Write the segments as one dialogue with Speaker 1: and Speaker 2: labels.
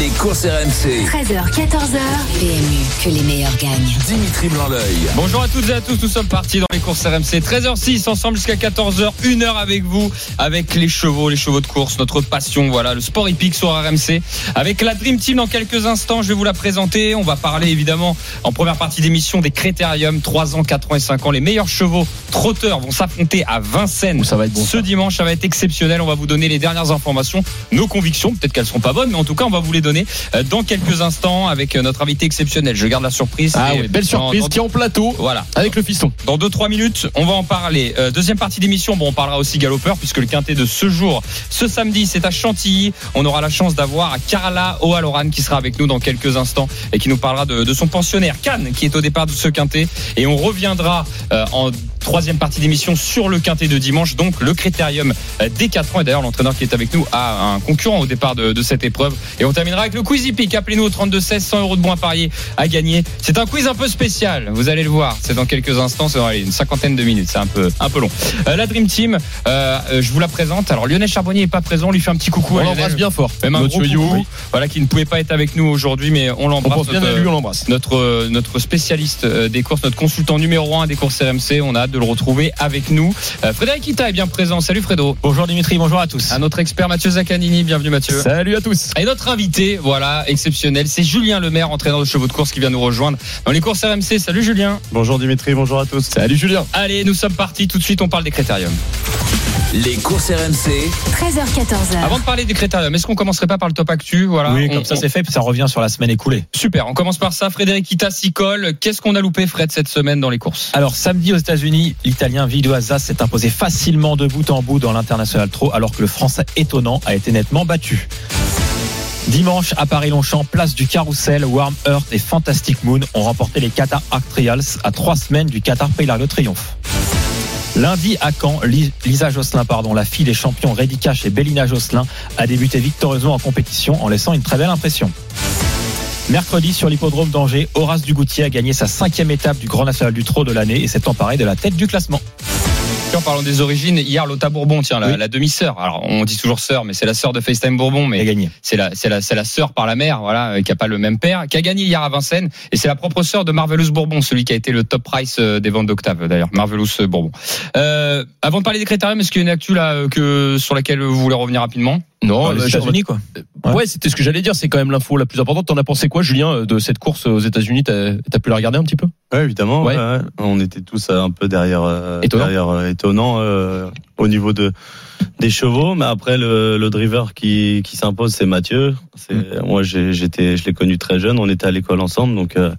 Speaker 1: Les courses RMC.
Speaker 2: 13h, 14h, PMU, que les meilleurs gagnent.
Speaker 1: Dimitri Blanc-L'œil.
Speaker 3: Bonjour à toutes et à tous, nous sommes partis dans les courses RMC 13h06 ensemble jusqu'à 14h, 1 heure avec vous, avec les chevaux, les chevaux de course, notre passion, voilà, le sport hippique sur RMC. Avec la Dream Team dans quelques instants, je vais vous la présenter. On va parler évidemment en première partie d'émission des critériums, 3 ans, 4 ans et 5 ans. Les meilleurs chevaux trotteurs vont s'affronter à Vincennes
Speaker 4: Ça va être bon,
Speaker 3: ce dimanche, ça va être exceptionnel. On va vous donner les dernières informations, nos convictions, peut-être qu'elles seront pas bonnes, mais en tout cas, on va vous les donner euh, dans quelques instants avec euh, notre invité exceptionnel. Je garde la surprise.
Speaker 4: Ah
Speaker 3: Et
Speaker 4: oui, belle
Speaker 3: dans-
Speaker 4: surprise
Speaker 3: dans-
Speaker 4: qui est en plateau
Speaker 3: Voilà.
Speaker 4: avec le fiston.
Speaker 3: Dans 2-3 minutes, on va en parler. Euh, deuxième partie d'émission, bon, on parlera aussi galopeur, puisque le quintet de ce jour, ce samedi, c'est à Chantilly. On aura la chance d'avoir Carla O'Halloran qui sera avec nous dans quelques instants et qui nous parlera de, de son pensionnaire, Cannes, qui est au départ de ce quintet. Et on reviendra euh, en troisième partie d'émission sur le quintet de dimanche, donc le critérium euh, des 4 ans. Et d'ailleurs, l'entraîneur qui est avec nous a un concurrent au départ de, de cette épreuve. Et on terminera avec le quiz hippique. Appelez-nous au 32-16, 100 euros de bons à parier à gagner. C'est un quiz un peu spécial, vous allez le voir. C'est dans quelques instants, c'est dans allez, une cinquantaine de minutes, c'est un peu, un peu long. Euh, la Dream Team, euh, euh, je vous la présente. Alors Lionel Charbonnier est pas présent, on lui fait un petit coucou.
Speaker 4: on
Speaker 3: à
Speaker 4: l'embrasse
Speaker 3: Lionel.
Speaker 4: bien fort.
Speaker 3: Même un
Speaker 4: Notre
Speaker 3: gros
Speaker 4: yo,
Speaker 3: coucou. Voilà, qui ne pouvait pas être avec nous aujourd'hui, mais on
Speaker 4: on
Speaker 3: l'embrasse.
Speaker 4: pense bien à
Speaker 3: notre-
Speaker 4: lui, on l'embrasse.
Speaker 3: notre, euh, notre spécialiste euh, des courses, notre consultant numéro 1 des courses RMC. On a hâte de le retrouver avec nous. Euh, Frédéric Ita est bien présent. Salut Fredo.
Speaker 5: Bonjour Dimitri, bonjour à tous.
Speaker 3: À notre expert Mathieu Zaccanini. Bienvenue Mathieu.
Speaker 4: Salut à tous.
Speaker 3: Et notre invité, voilà, exceptionnel, c'est Julien Lemaire, entraîneur de chevaux de course qui vient nous rejoindre dans les courses RMC. Salut Julien.
Speaker 5: Bonjour Dimitri, bonjour à tous.
Speaker 4: Salut Julien.
Speaker 3: Allez, nous sommes partis. Tout de suite, on parle des critériums.
Speaker 1: Les courses RMC.
Speaker 2: 13h, 14h,
Speaker 3: Avant de parler des critériums, est-ce qu'on commencerait pas par le top actu voilà,
Speaker 5: oui,
Speaker 3: on-
Speaker 5: comme ça
Speaker 3: on-
Speaker 5: c'est fait, puis ça revient sur la semaine écoulée.
Speaker 3: Super, on commence par ça. Frédéric Ita s'y colle. Qu'est-ce qu'on a loupé, Fred, cette semaine dans les courses
Speaker 5: Alors samedi aux États-Unis, l'Italien Vidoazza s'est imposé facilement de bout en bout dans l'international trop, alors que le Français étonnant a été nettement battu. Dimanche à Paris-Longchamp, place du Carrousel, Warm Earth et Fantastic Moon ont remporté les Qatar Arc Trials à trois semaines du Qatar Prix L'Arc de Triomphe. Lundi à Caen, Li- Lisa Josselin, pardon, la fille des champions Reddy Cash et Bellina Josselin, a débuté victorieusement en compétition en laissant une très belle impression. Mercredi, sur l'hippodrome d'Angers, Horace Dugoutier a gagné sa cinquième étape du Grand National du Trot de l'année et s'est emparé de la tête du classement.
Speaker 3: En parlant des origines, hier, Lota Bourbon, tiens, la,
Speaker 5: Oui.
Speaker 3: la demi-sœur. Alors, on dit toujours sœur, mais c'est la sœur de FaceTime Bourbon,
Speaker 5: Il a
Speaker 3: mais
Speaker 5: gagné.
Speaker 3: c'est la, c'est la, c'est la sœur par la mère, voilà, euh, qui a pas le même père, qui a gagné hier à Vincennes, et c'est la propre sœur de Marvelous Bourbon, celui qui a été le top price euh, des ventes d'octave, euh, d'ailleurs, Marvelous euh, Bourbon. Euh, avant de parler des critériums, est-ce qu'il y a une actu là euh, que sur laquelle vous voulez revenir rapidement
Speaker 4: Non,
Speaker 5: Dans les
Speaker 4: bah,
Speaker 5: États-Unis, quoi.
Speaker 4: ouais, ouais, c'était ce que j'allais dire. C'est quand même l'info la plus importante. T'en as pensé quoi, Julien, euh, de cette course aux États-Unis T'as t'as pu la regarder un petit peu
Speaker 6: Ouais, évidemment.
Speaker 4: Ouais.
Speaker 6: ouais, ouais. On était tous euh, un peu derrière, euh,
Speaker 4: Étonnant.
Speaker 6: derrière euh, étonnant euh, au niveau de des chevaux. Mais après, le, le driver qui, qui s'impose, c'est Mathieu. C'est
Speaker 4: Mm.
Speaker 6: Moi, j'ai- j'étais, je l'ai connu très jeune. On était à l'école ensemble, donc euh,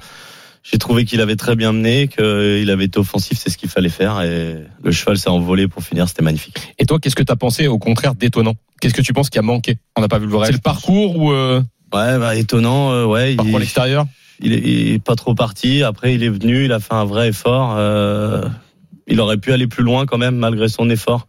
Speaker 6: j'ai trouvé qu'il avait très bien mené, qu'il avait été offensif, c'est ce qu'il fallait faire. Et le cheval s'est envolé pour finir. C'était magnifique.
Speaker 4: Et toi, qu'est-ce que t'as pensé au contraire d'étonnant Qu'est-ce que tu penses qui a manqué
Speaker 3: On n'a pas vu le
Speaker 4: C'est
Speaker 3: vrai.
Speaker 4: le parcours ou euh,
Speaker 6: Ouais, bah, étonnant. euh, ouais, il-
Speaker 4: parcours à l'extérieur
Speaker 6: il est, il est pas trop parti. Après, il est venu, il a fait un vrai effort. Euh, il aurait pu aller plus loin quand même, malgré son effort.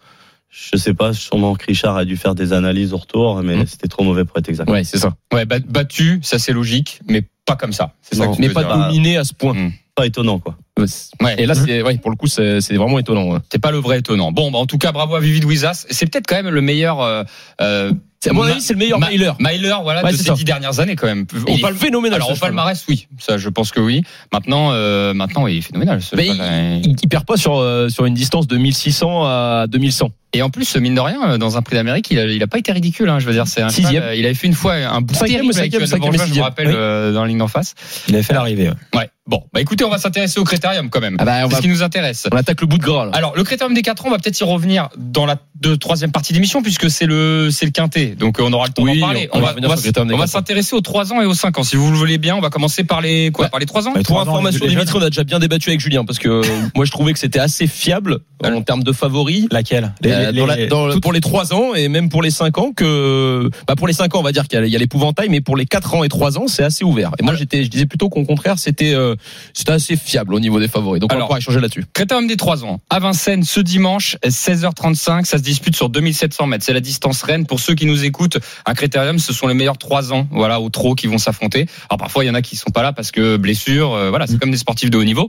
Speaker 6: Je sais pas, sûrement que Richard a dû faire des analyses au retour, mais
Speaker 4: Mhm.
Speaker 6: c'était trop mauvais pour être exact.
Speaker 4: Ouais, c'est ça.
Speaker 3: Mm. Ouais, bat- battu, ça c'est logique, mais pas comme ça. C'est ça
Speaker 4: Non,
Speaker 3: que tu
Speaker 4: mais
Speaker 3: veux
Speaker 4: pas
Speaker 3: dire.
Speaker 6: dire.
Speaker 4: dominé à ce point.
Speaker 6: Pas étonnant, quoi.
Speaker 4: Ouais, c'est-
Speaker 3: Ouais.
Speaker 4: Et là, c'est ouais, pour le coup, c'est c'est vraiment étonnant. ouais.
Speaker 3: C'est pas le vrai étonnant. Bon, bah, en tout cas, bravo à Vivid Wizas. C'est peut-être quand même le meilleur. Euh, euh,
Speaker 4: À mon
Speaker 3: Ma-
Speaker 4: avis, c'est le meilleur
Speaker 3: Ma-
Speaker 4: mailer.
Speaker 3: Mailer, voilà,
Speaker 4: Ouais,
Speaker 3: de
Speaker 4: c'est
Speaker 3: ces
Speaker 4: ça.
Speaker 3: dix dernières années quand même.
Speaker 4: On
Speaker 3: Il-
Speaker 4: parle phénoménal.
Speaker 3: Alors,
Speaker 4: ce
Speaker 3: au
Speaker 4: cheval.
Speaker 3: palmarès, oui. Ça, je pense que oui. Maintenant, euh, maintenant, oui, il est phénoménal. ce
Speaker 4: Mais
Speaker 3: cheval.
Speaker 4: Il, il perd pas sur, euh, sur une distance de 1600 à 2100.
Speaker 3: Et en plus, mine de rien, euh, dans un prix d'Amérique, il a, il a pas été ridicule. Hein, je veux dire, c'est un
Speaker 4: Sixième.
Speaker 3: cheval, euh, Il avait fait une fois un bout
Speaker 4: Cinquième
Speaker 3: terrible
Speaker 4: ou
Speaker 3: avec Johan
Speaker 4: cinquième,
Speaker 3: Bourgeois,
Speaker 4: cinquième et
Speaker 3: je me
Speaker 4: sixième.
Speaker 3: rappelle,
Speaker 4: Oui.
Speaker 3: euh, dans la ligne d'en face.
Speaker 5: Il avait fait l'arrivée. ouais.
Speaker 3: Ouais. Bon, bah écoutez, on va s'intéresser au critérium quand même.
Speaker 4: Ah bah, on
Speaker 3: c'est
Speaker 4: va-
Speaker 3: ce qui nous intéresse.
Speaker 4: On attaque le bout de gras là.
Speaker 3: Alors, le critérium des 4 ans, on va peut-être y revenir dans la deux, troisième partie d'émission, puisque c'est le, c'est le quintet. Donc, euh, on aura le temps
Speaker 4: Oui,
Speaker 3: d'en parler.
Speaker 4: on
Speaker 3: On,
Speaker 4: va
Speaker 3: va,
Speaker 4: revenir
Speaker 3: on va-
Speaker 4: sur le critérium des
Speaker 3: on va
Speaker 4: quatre ans.
Speaker 3: s'intéresser aux 3 ans et aux 5 ans. Si vous le voulez bien, on va commencer par les, quoi,
Speaker 4: Bah,
Speaker 3: par les 3 ans?
Speaker 5: Bah,
Speaker 4: Pour
Speaker 5: trois ans,
Speaker 4: information,
Speaker 5: les- les-
Speaker 4: Dimitri, on a déjà bien débattu avec Julien parce que euh, moi je trouvais que c'était assez fiable en termes de favoris.
Speaker 5: Laquelle Les-
Speaker 4: euh,
Speaker 5: les-
Speaker 4: dans la-
Speaker 5: les-
Speaker 4: dans le-
Speaker 5: toutes-
Speaker 4: pour les 3 ans et même pour les 5 ans que bah pour les 5 ans on va dire qu'il y a- il y a l'épouvantail mais pour les 4 ans et 3 ans c'est assez ouvert et moi j'étais je disais plutôt qu'au contraire c'était euh, c'était assez fiable au niveau des favoris donc on va
Speaker 3: Alors,
Speaker 4: pouvoir échanger là-dessus
Speaker 3: Critérium des 3 ans. À Vincennes, ce dimanche, 16h35, ça se dispute sur 2700 mètres. C'est la distance reine. Pour ceux qui nous nous écoutent, un critérium, ce sont les meilleurs trois ans, voilà, au trop qui vont s'affronter. Alors parfois, il y en a qui sont pas là parce que blessure, euh, voilà, c'est
Speaker 4: Mm.
Speaker 3: comme des sportifs de haut niveau.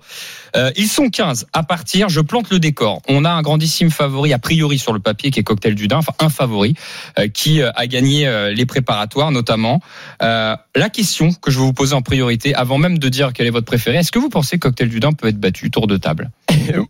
Speaker 3: Euh, ils sont 15 à partir. Je plante le décor. On a un grandissime favori a priori sur le papier qui est Cocktail du Dain, enfin un favori euh, qui euh, a gagné euh, les préparatoires notamment. Euh, la question que je vais vous poser en priorité, avant même de dire quel est votre préféré, est-ce que vous pensez que Cocktail du Dain peut être battu tour de table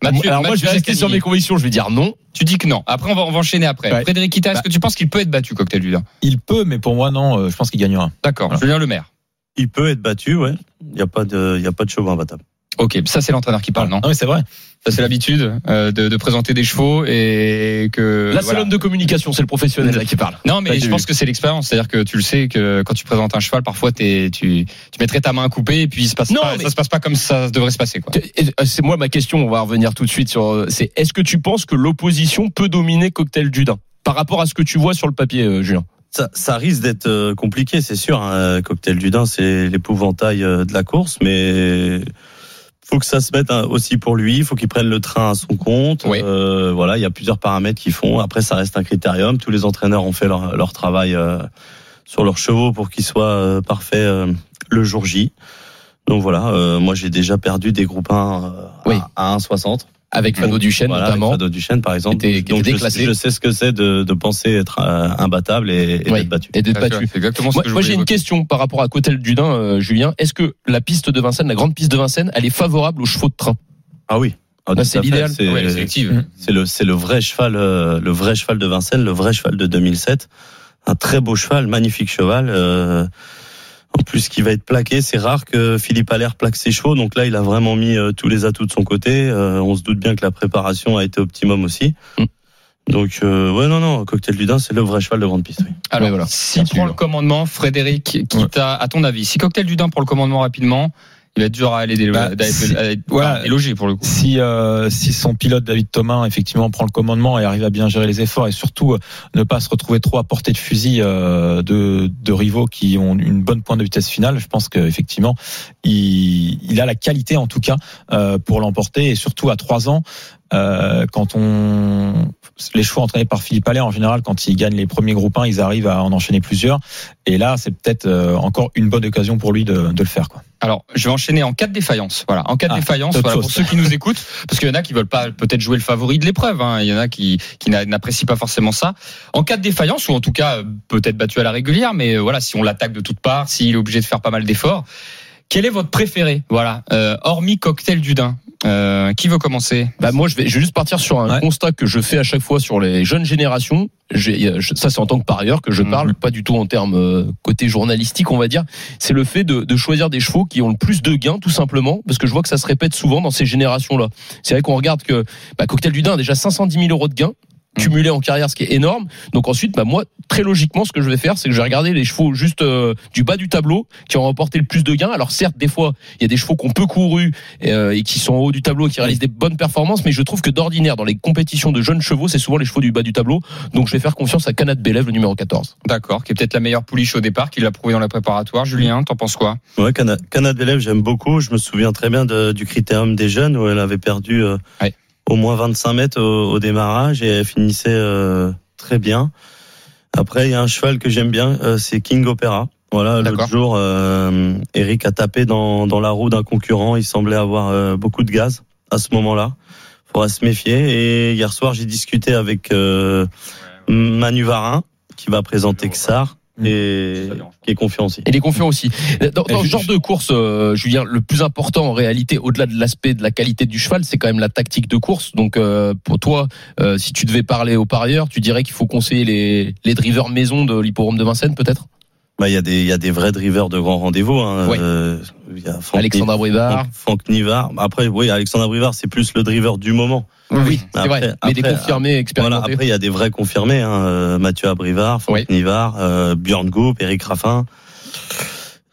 Speaker 3: Mathieu-
Speaker 4: Alors moi, je
Speaker 3: Mathieu
Speaker 4: vais rester sur
Speaker 3: Escamillier.
Speaker 4: mes convictions. Je vais dire non.
Speaker 3: Tu dis que non. Après, on va, on va enchaîner après.
Speaker 5: Ouais.
Speaker 3: Frédéric Kita, est-ce
Speaker 5: Bah.
Speaker 3: que tu penses qu'il peut être battu, Cocktail du Dain
Speaker 5: Il peut, mais pour moi, non, euh, je pense qu'il gagnera.
Speaker 3: D'accord.
Speaker 5: Voilà.
Speaker 3: Julien Le Maire.
Speaker 6: Il peut être battu, ouais. Il n'y a pas de, il y a pas de chevaux imbattable.
Speaker 3: Ok, ça c'est l'entraîneur
Speaker 4: Ah,
Speaker 3: qui parle, non
Speaker 5: Ah, mais c'est vrai.
Speaker 3: Ah. Ça c'est l'habitude euh, de, de présenter des chevaux et que.
Speaker 4: Là, c'est
Speaker 3: voilà.
Speaker 4: l'homme de communication, c'est le professionnel là qui parle.
Speaker 3: Non, mais
Speaker 4: Pas
Speaker 3: je
Speaker 4: du-
Speaker 3: pense que c'est l'expérience. C'est-à-dire que tu le sais que quand tu présentes un cheval, parfois t'es- tu, tu mettrais ta main à couper et puis il se passe
Speaker 4: Non,
Speaker 3: pas,
Speaker 4: mais-
Speaker 3: ça se passe pas comme ça devrait se passer. Quoi.
Speaker 4: Et- et- C'est moi ma question. On va revenir tout de suite sur. euh, C'est est-ce que tu penses que l'opposition peut dominer Cocktail Dudin par rapport à ce que tu vois sur le papier, euh, Julien
Speaker 6: Ça, ça risque d'être euh, compliqué, c'est sûr. hein. Cocktail du Dain, c'est l'épouvantail euh, de la course, mais faut que ça se mette hein, aussi pour lui. Faut qu'il prenne le train à son compte.
Speaker 3: Oui.
Speaker 6: Euh, voilà, il y a plusieurs paramètres qui font. Après, ça reste un critérium. Tous les entraîneurs ont fait leur, leur travail euh, sur leurs chevaux pour qu'ils soient euh, parfaits euh, le jour J. Donc voilà, euh, moi j'ai déjà perdu des groupes 1 euh,
Speaker 4: Oui.
Speaker 6: à à 1,60.
Speaker 4: avec Fado
Speaker 3: Mmh.
Speaker 4: Duchesne
Speaker 6: Voilà, avec
Speaker 4: notamment.
Speaker 6: Fado Duchesne, par exemple.
Speaker 4: Qui était- qui
Speaker 6: Donc,
Speaker 4: était
Speaker 6: je-
Speaker 4: déclassé.
Speaker 6: Je, sais ce que c'est de, de penser être euh, imbattable et, et
Speaker 4: Oui.
Speaker 6: d'être battu.
Speaker 4: Et d'être
Speaker 3: Ah, tu
Speaker 4: battu.
Speaker 3: vois, C'est exactement ce
Speaker 4: Moi,
Speaker 3: que je
Speaker 4: moi,
Speaker 3: voulais
Speaker 4: j'ai une
Speaker 3: évoquer.
Speaker 4: question par rapport à Cocktail Dudin, euh, Julien. Est-ce que la piste de Vincennes, la grande piste de Vincennes, elle est favorable aux chevaux de train
Speaker 6: Ah oui. Ah,
Speaker 4: Là,
Speaker 6: tout
Speaker 4: Bah, c'est Mm-hmm.
Speaker 6: à fait.
Speaker 4: l'idéal.
Speaker 6: C'est
Speaker 3: Ouais, la sélective.
Speaker 5: Mm.
Speaker 6: c'est le c'est le vrai cheval, euh, le vrai cheval de Vincennes, le vrai cheval de 2007. Un très beau cheval, magnifique cheval. euh, en plus, qui va être plaqué, c'est rare que Philippe Allaire plaque ses chevaux. Donc là, il a vraiment mis euh, tous les atouts de son côté. Euh, on se doute bien que la préparation a été optimum aussi.
Speaker 4: Mm.
Speaker 6: Donc euh, ouais, non, non, Cocktail Ludin, c'est le vrai cheval de grande piste. oui.
Speaker 3: Alors,
Speaker 4: Ouais, voilà.
Speaker 3: s'il prend le commandement, Frédéric, quitte à, à ton avis, si Cocktail du Dain prend le commandement rapidement, il va être dur à aller délo-
Speaker 5: Bah,
Speaker 3: d'aller-
Speaker 5: si-
Speaker 3: à-
Speaker 5: voilà.
Speaker 3: à déloger pour le coup.
Speaker 5: Si, euh, si son pilote David Thomas effectivement prend le commandement et arrive à bien gérer les efforts et surtout euh, ne pas se retrouver trop à portée de fusil euh, de, de rivaux qui ont une bonne pointe de vitesse finale, je pense qu'effectivement il, il a la qualité en tout cas euh, pour l'emporter et surtout à trois ans. euh, quand on les chevaux entraînés par Philippe Allaire en général quand ils gagnent les premiers groupes 1 ils arrivent à en enchaîner plusieurs et là c'est peut-être euh, encore une bonne occasion pour lui de, de le faire quoi.
Speaker 3: Alors, je vais enchaîner en cas de défaillance. Voilà, en cas de
Speaker 5: Ah,
Speaker 3: défaillance,
Speaker 5: autre
Speaker 3: voilà, pour
Speaker 5: chose.
Speaker 3: ceux qui nous écoutent, parce qu'il y en a qui veulent pas peut-être jouer le favori de l'épreuve. hein. Il y en a qui, qui n'a- n'apprécient pas forcément ça. En cas de défaillance, ou en tout cas euh, peut-être battu à la régulière, mais euh, voilà, si on l'attaque de toutes parts, s'il est obligé de faire pas mal d'efforts, quel est votre préféré Voilà, euh, hormis cocktail du Dain. Euh, qui veut commencer
Speaker 4: Bah moi, je vais, je vais juste partir sur un
Speaker 5: Ouais.
Speaker 4: constat que je fais à chaque fois sur les jeunes générations. J'ai- je- Ça, c'est en tant que parieur que je parle, pas du tout en termes euh, côté journalistique, on va dire. C'est le fait de, de choisir des chevaux qui ont le plus de gains, tout simplement, parce que je vois que ça se répète souvent dans ces générations-là. C'est vrai qu'on regarde que bah, Cocktail Dudin a déjà 510 000 euros de gains cumulés en carrière, ce qui est énorme. Donc ensuite, bah, moi, très logiquement, ce que je vais faire, c'est que je vais regarder les chevaux juste euh, du bas du tableau qui ont remporté le plus de gains. Alors certes, des fois, il y a des chevaux qui ont peu couru et, euh, et qui sont en haut du tableau et qui réalisent des bonnes performances, mais je trouve que d'ordinaire, dans les compétitions de jeunes chevaux, c'est souvent les chevaux du bas du tableau. Donc je vais faire confiance à Canad Bélève, le numéro 14.
Speaker 3: D'accord, qui est peut-être la meilleure pouliche au départ, qui l'a prouvé dans la préparatoire. Julien, t'en penses quoi
Speaker 6: Ouais, Cana, Cana d'élèves, j'aime beaucoup. Je me souviens très bien de- du critérium des jeunes où elle avait perdu euh,
Speaker 3: Ouais.
Speaker 6: au moins 25 mètres au, au démarrage et elle finissait euh, très bien. Après, il y a un cheval que j'aime bien, euh, c'est King Opera. Voilà,
Speaker 3: D'accord.
Speaker 6: l'autre jour, euh, Eric a tapé dans, dans la roue d'un concurrent. Il semblait avoir euh, beaucoup de gaz à ce moment-là. Faudra se méfier. Et hier soir, j'ai discuté avec euh, Manu Varin, qui va présenter Xar
Speaker 3: Mmh.
Speaker 6: et qui est confiant aussi.
Speaker 4: Et les confiants aussi. Dans, dans ce genre de course, euh, Julien, le plus important en réalité, au-delà de l'aspect de la qualité du cheval, c'est quand même la tactique de course. Donc euh, pour toi, euh, si tu devais parler aux parieurs, tu dirais qu'il faut conseiller les, les drivers maison de l'hipporome de Vincennes peut-être
Speaker 6: Bah, il y a des, il y a des vrais drivers de grands rendez-vous, hein.
Speaker 4: Ouais.
Speaker 6: Euh, il y a Franck
Speaker 4: Alexandra Brivard.
Speaker 6: Franck- Franck Nivard. Après, oui, Alexandre Brivard, c'est plus le driver du moment.
Speaker 4: Oui, c'est
Speaker 6: Après-
Speaker 4: vrai. Mais des
Speaker 6: après-
Speaker 4: confirmés,
Speaker 6: Voilà.
Speaker 4: expérimentés.
Speaker 6: Après, il y a des vrais confirmés, hein. Euh, Mathieu Abrivard, Franck
Speaker 4: Oui.
Speaker 6: Nivard, euh, Björn Goup, Eric Raffin,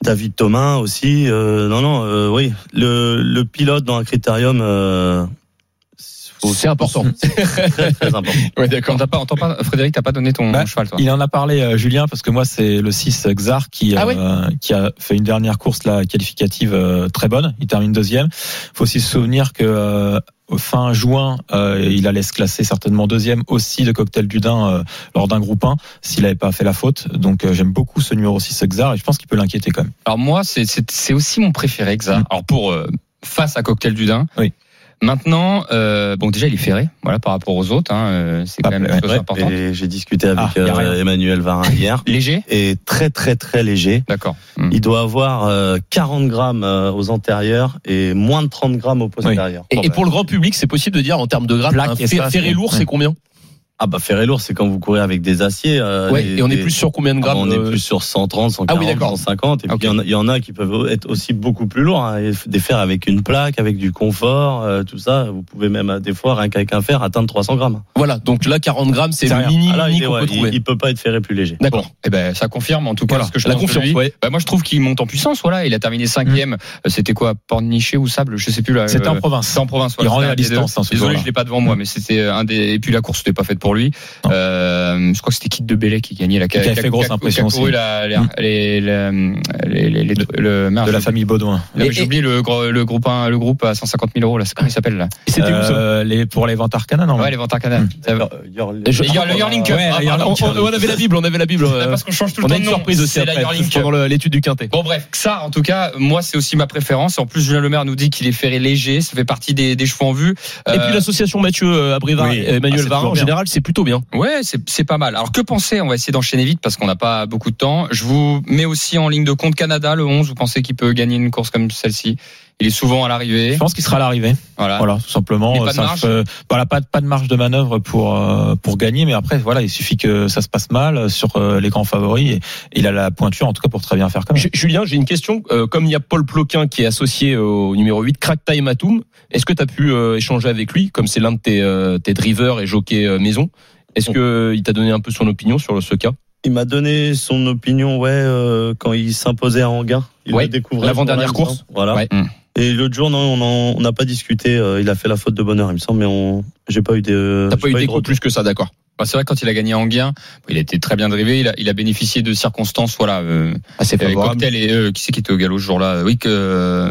Speaker 6: David Thomas aussi. Euh, non, non, euh, oui. Le, le pilote dans un critérium, euh, faut-
Speaker 4: c'est important.
Speaker 6: très, très important.
Speaker 4: Ouais,
Speaker 3: Quand t'as pas, entends pas, Frédéric, t'as pas donné ton
Speaker 5: Bah,
Speaker 3: cheval, toi
Speaker 5: Il en a parlé, euh, Julien, parce que moi, c'est le 6 Xar qui,
Speaker 4: Ah
Speaker 5: euh, qui a fait une dernière course là, qualificative euh, très bonne. Il termine deuxième. faut aussi se souvenir que euh, fin juin, euh, il allait se classer certainement deuxième aussi de Cocktail du Dain euh, lors d'un groupe 1 s'il n'avait pas fait la faute. Donc euh, j'aime beaucoup ce numéro 6 Xar et je pense qu'il peut l'inquiéter quand même.
Speaker 3: Alors moi, c'est- c'est c'est aussi mon préféré, Xa.
Speaker 5: Mm.
Speaker 3: Alors pour euh, face à Cocktail du Dain.
Speaker 5: Oui.
Speaker 3: Maintenant, euh, bon déjà il est ferré, voilà par rapport aux autres, hein, euh, c'est
Speaker 5: Pas
Speaker 3: quand même
Speaker 5: plus,
Speaker 3: une chose
Speaker 5: Ah, ouais.
Speaker 3: importante.
Speaker 6: Et J'ai discuté avec
Speaker 5: Ah, y a
Speaker 6: euh,
Speaker 5: rien.
Speaker 6: Emmanuel Varin hier.
Speaker 3: Léger,
Speaker 6: Et très, très, très léger.
Speaker 3: d'accord.
Speaker 4: Mm-hmm.
Speaker 3: Mm.
Speaker 6: Il doit avoir euh, 40 grammes euh, aux antérieurs et moins de 30 grammes aux postérieurs.
Speaker 4: Et, et pour le grand public, c'est possible de dire en termes de grammes,
Speaker 5: Plaque
Speaker 4: un
Speaker 5: et
Speaker 4: fer-
Speaker 5: ça,
Speaker 4: ferré
Speaker 5: c'est-
Speaker 4: lourd,
Speaker 5: ouais.
Speaker 4: c'est combien
Speaker 6: Ah bah ferré lourd, c'est quand vous courez avec des aciers. euh,
Speaker 4: Ouais,
Speaker 6: des-
Speaker 4: et on est
Speaker 6: des-
Speaker 4: plus sur combien de
Speaker 6: Ah,
Speaker 4: grammes
Speaker 6: on est
Speaker 4: euh,
Speaker 6: plus sur 130, 140,
Speaker 4: Ah oui, d'accord. Ah,
Speaker 6: 150. Et puis,
Speaker 4: Ok.
Speaker 6: il y en a- il y, en a qui peuvent être aussi beaucoup plus lourds. hein. Des fers avec une plaque, avec du confort, euh, tout ça. Vous pouvez même, euh, des fois, rien qu'avec un fer, atteindre 300 grammes.
Speaker 4: Voilà, donc là 40 grammes, c'est
Speaker 5: C'est
Speaker 4: le
Speaker 5: rien.
Speaker 4: mini,
Speaker 6: Ah là,
Speaker 4: mini
Speaker 6: il, est-
Speaker 4: qu'on
Speaker 6: ouais,
Speaker 4: peut
Speaker 6: il,
Speaker 4: trouver.
Speaker 6: il peut pas être ferré plus léger.
Speaker 4: D'accord.
Speaker 3: Eh ben ça confirme en tout cas
Speaker 5: Voilà,
Speaker 3: ce que je
Speaker 4: la
Speaker 3: pense de
Speaker 4: confiance,
Speaker 3: lui.
Speaker 4: ouais.
Speaker 3: Bah, moi je trouve qu'il monte en puissance, voilà. Il a terminé cinquième. Euh, C'était quoi, Pornichet ou Sable, je sais plus là.
Speaker 5: Mm. C'était en
Speaker 3: euh,
Speaker 5: province.
Speaker 3: C'est en province.
Speaker 5: Il rendait
Speaker 3: c'était
Speaker 5: la
Speaker 3: un des
Speaker 5: distance,
Speaker 3: deux.
Speaker 5: hein, ce
Speaker 3: Désolé,
Speaker 5: jour-là.
Speaker 3: je l'ai pas devant moi, mais c'était euh, un des. Et puis la course n'était pas faite pour lui.
Speaker 5: Non.
Speaker 3: Euh, je crois que c'était Kit de Bellet qui gagnait la
Speaker 5: qui avait fait grosse impression
Speaker 3: Qui a couru
Speaker 5: aussi. Mm.
Speaker 3: la, la- les, la- les, les, les- le, merde,
Speaker 5: De la
Speaker 3: j'ai-
Speaker 5: famille Baudouin.
Speaker 3: non, mais
Speaker 4: Et-
Speaker 3: J'ai oublié le, gros- le groupe un- le groupe à 150 000 euros là. C'est comment il s'appelle là
Speaker 4: Et C'était où ça
Speaker 5: Euh, les, pour les ventes Arcana, non Mm.
Speaker 3: Ouais, les ventes à Canal. Euh, Ça va.
Speaker 4: Euh,
Speaker 6: Euh,
Speaker 4: Je-
Speaker 3: les Yearling- Yearling Cup.
Speaker 5: Ouais,
Speaker 3: Ah,
Speaker 5: les Yearling
Speaker 3: pardon.
Speaker 5: Cup.
Speaker 4: Eh, on, on avait la Bible, on avait la Bible. euh,
Speaker 3: Parce qu'on change tout le
Speaker 4: on
Speaker 3: temps
Speaker 4: a une
Speaker 3: de nom.
Speaker 4: surprise aussi
Speaker 3: C'est la
Speaker 4: après,
Speaker 3: Yearling Cup.
Speaker 4: pendant le- l'étude du quintet.
Speaker 3: Bon bref, ça en tout cas, moi c'est aussi ma préférence. En plus, Julien Lemaire nous dit qu'il est ferré léger, ça fait partie des, des chevaux en vue.
Speaker 4: Et
Speaker 3: Euh,
Speaker 4: puis l'association Mathieu euh, Abrivard
Speaker 5: oui.
Speaker 4: et
Speaker 5: Ah,
Speaker 4: Emmanuel
Speaker 5: c'est
Speaker 4: Varin,
Speaker 5: toujours
Speaker 4: en
Speaker 5: bien.
Speaker 4: général, c'est plutôt bien.
Speaker 3: ouais, c'est c'est pas mal. Alors que penser On va essayer d'enchaîner vite parce qu'on n'a pas beaucoup de temps. Je vous mets aussi en ligne de compte Canada, le 11. Vous pensez qu'il peut gagner une course comme celle-ci Il est souvent à l'arrivée.
Speaker 5: Je pense qu'il sera à l'arrivée.
Speaker 3: Voilà.
Speaker 5: Voilà, tout simplement. euh,
Speaker 3: Et Ah. pas de
Speaker 5: Ça
Speaker 3: marge
Speaker 5: fait- voilà, pas, de- pas de marge de manœuvre pour euh, pour gagner, mais après, voilà, il suffit que ça se passe mal euh, sur euh, les grands favoris. Et il a la pointure, en tout cas, pour très bien faire comme
Speaker 4: Ju- Julien, j'ai une question. Euh, comme il y a Paul Ploquin qui est associé au numéro 8, Krakta et Matoum, est-ce que tu as pu euh, échanger avec lui, comme c'est l'un de tes, euh, tes drivers et jockeys euh, maison Est-ce que euh, il t'a donné un peu son opinion sur ce cas
Speaker 6: Il m'a donné son opinion, ouais, euh, quand il s'imposait à Anguin. Il
Speaker 4: Ouais,
Speaker 6: le découvrait.
Speaker 4: l'avant-dernière
Speaker 6: ce jour-là, il me
Speaker 4: course.
Speaker 6: semble. Voilà.
Speaker 4: Ouais.
Speaker 3: Mm.
Speaker 6: Et l'autre jour, non, on en- on n'a pas discuté. euh, il a fait la faute de bonheur, il me semble, mais on, j'ai pas eu de.
Speaker 4: T'as
Speaker 6: j'ai
Speaker 4: pas eu
Speaker 6: de
Speaker 4: d'écho
Speaker 6: retour.
Speaker 4: plus que ça, d'accord
Speaker 3: Bah, c'est vrai que quand il a gagné Anguien, il a été très bien drivé. Il a, il a bénéficié de circonstances, voilà. euh,
Speaker 4: Assez
Speaker 3: Il y avait Cocktail et euh, qui c'est qui était au galop ce jour-là Oui, que euh,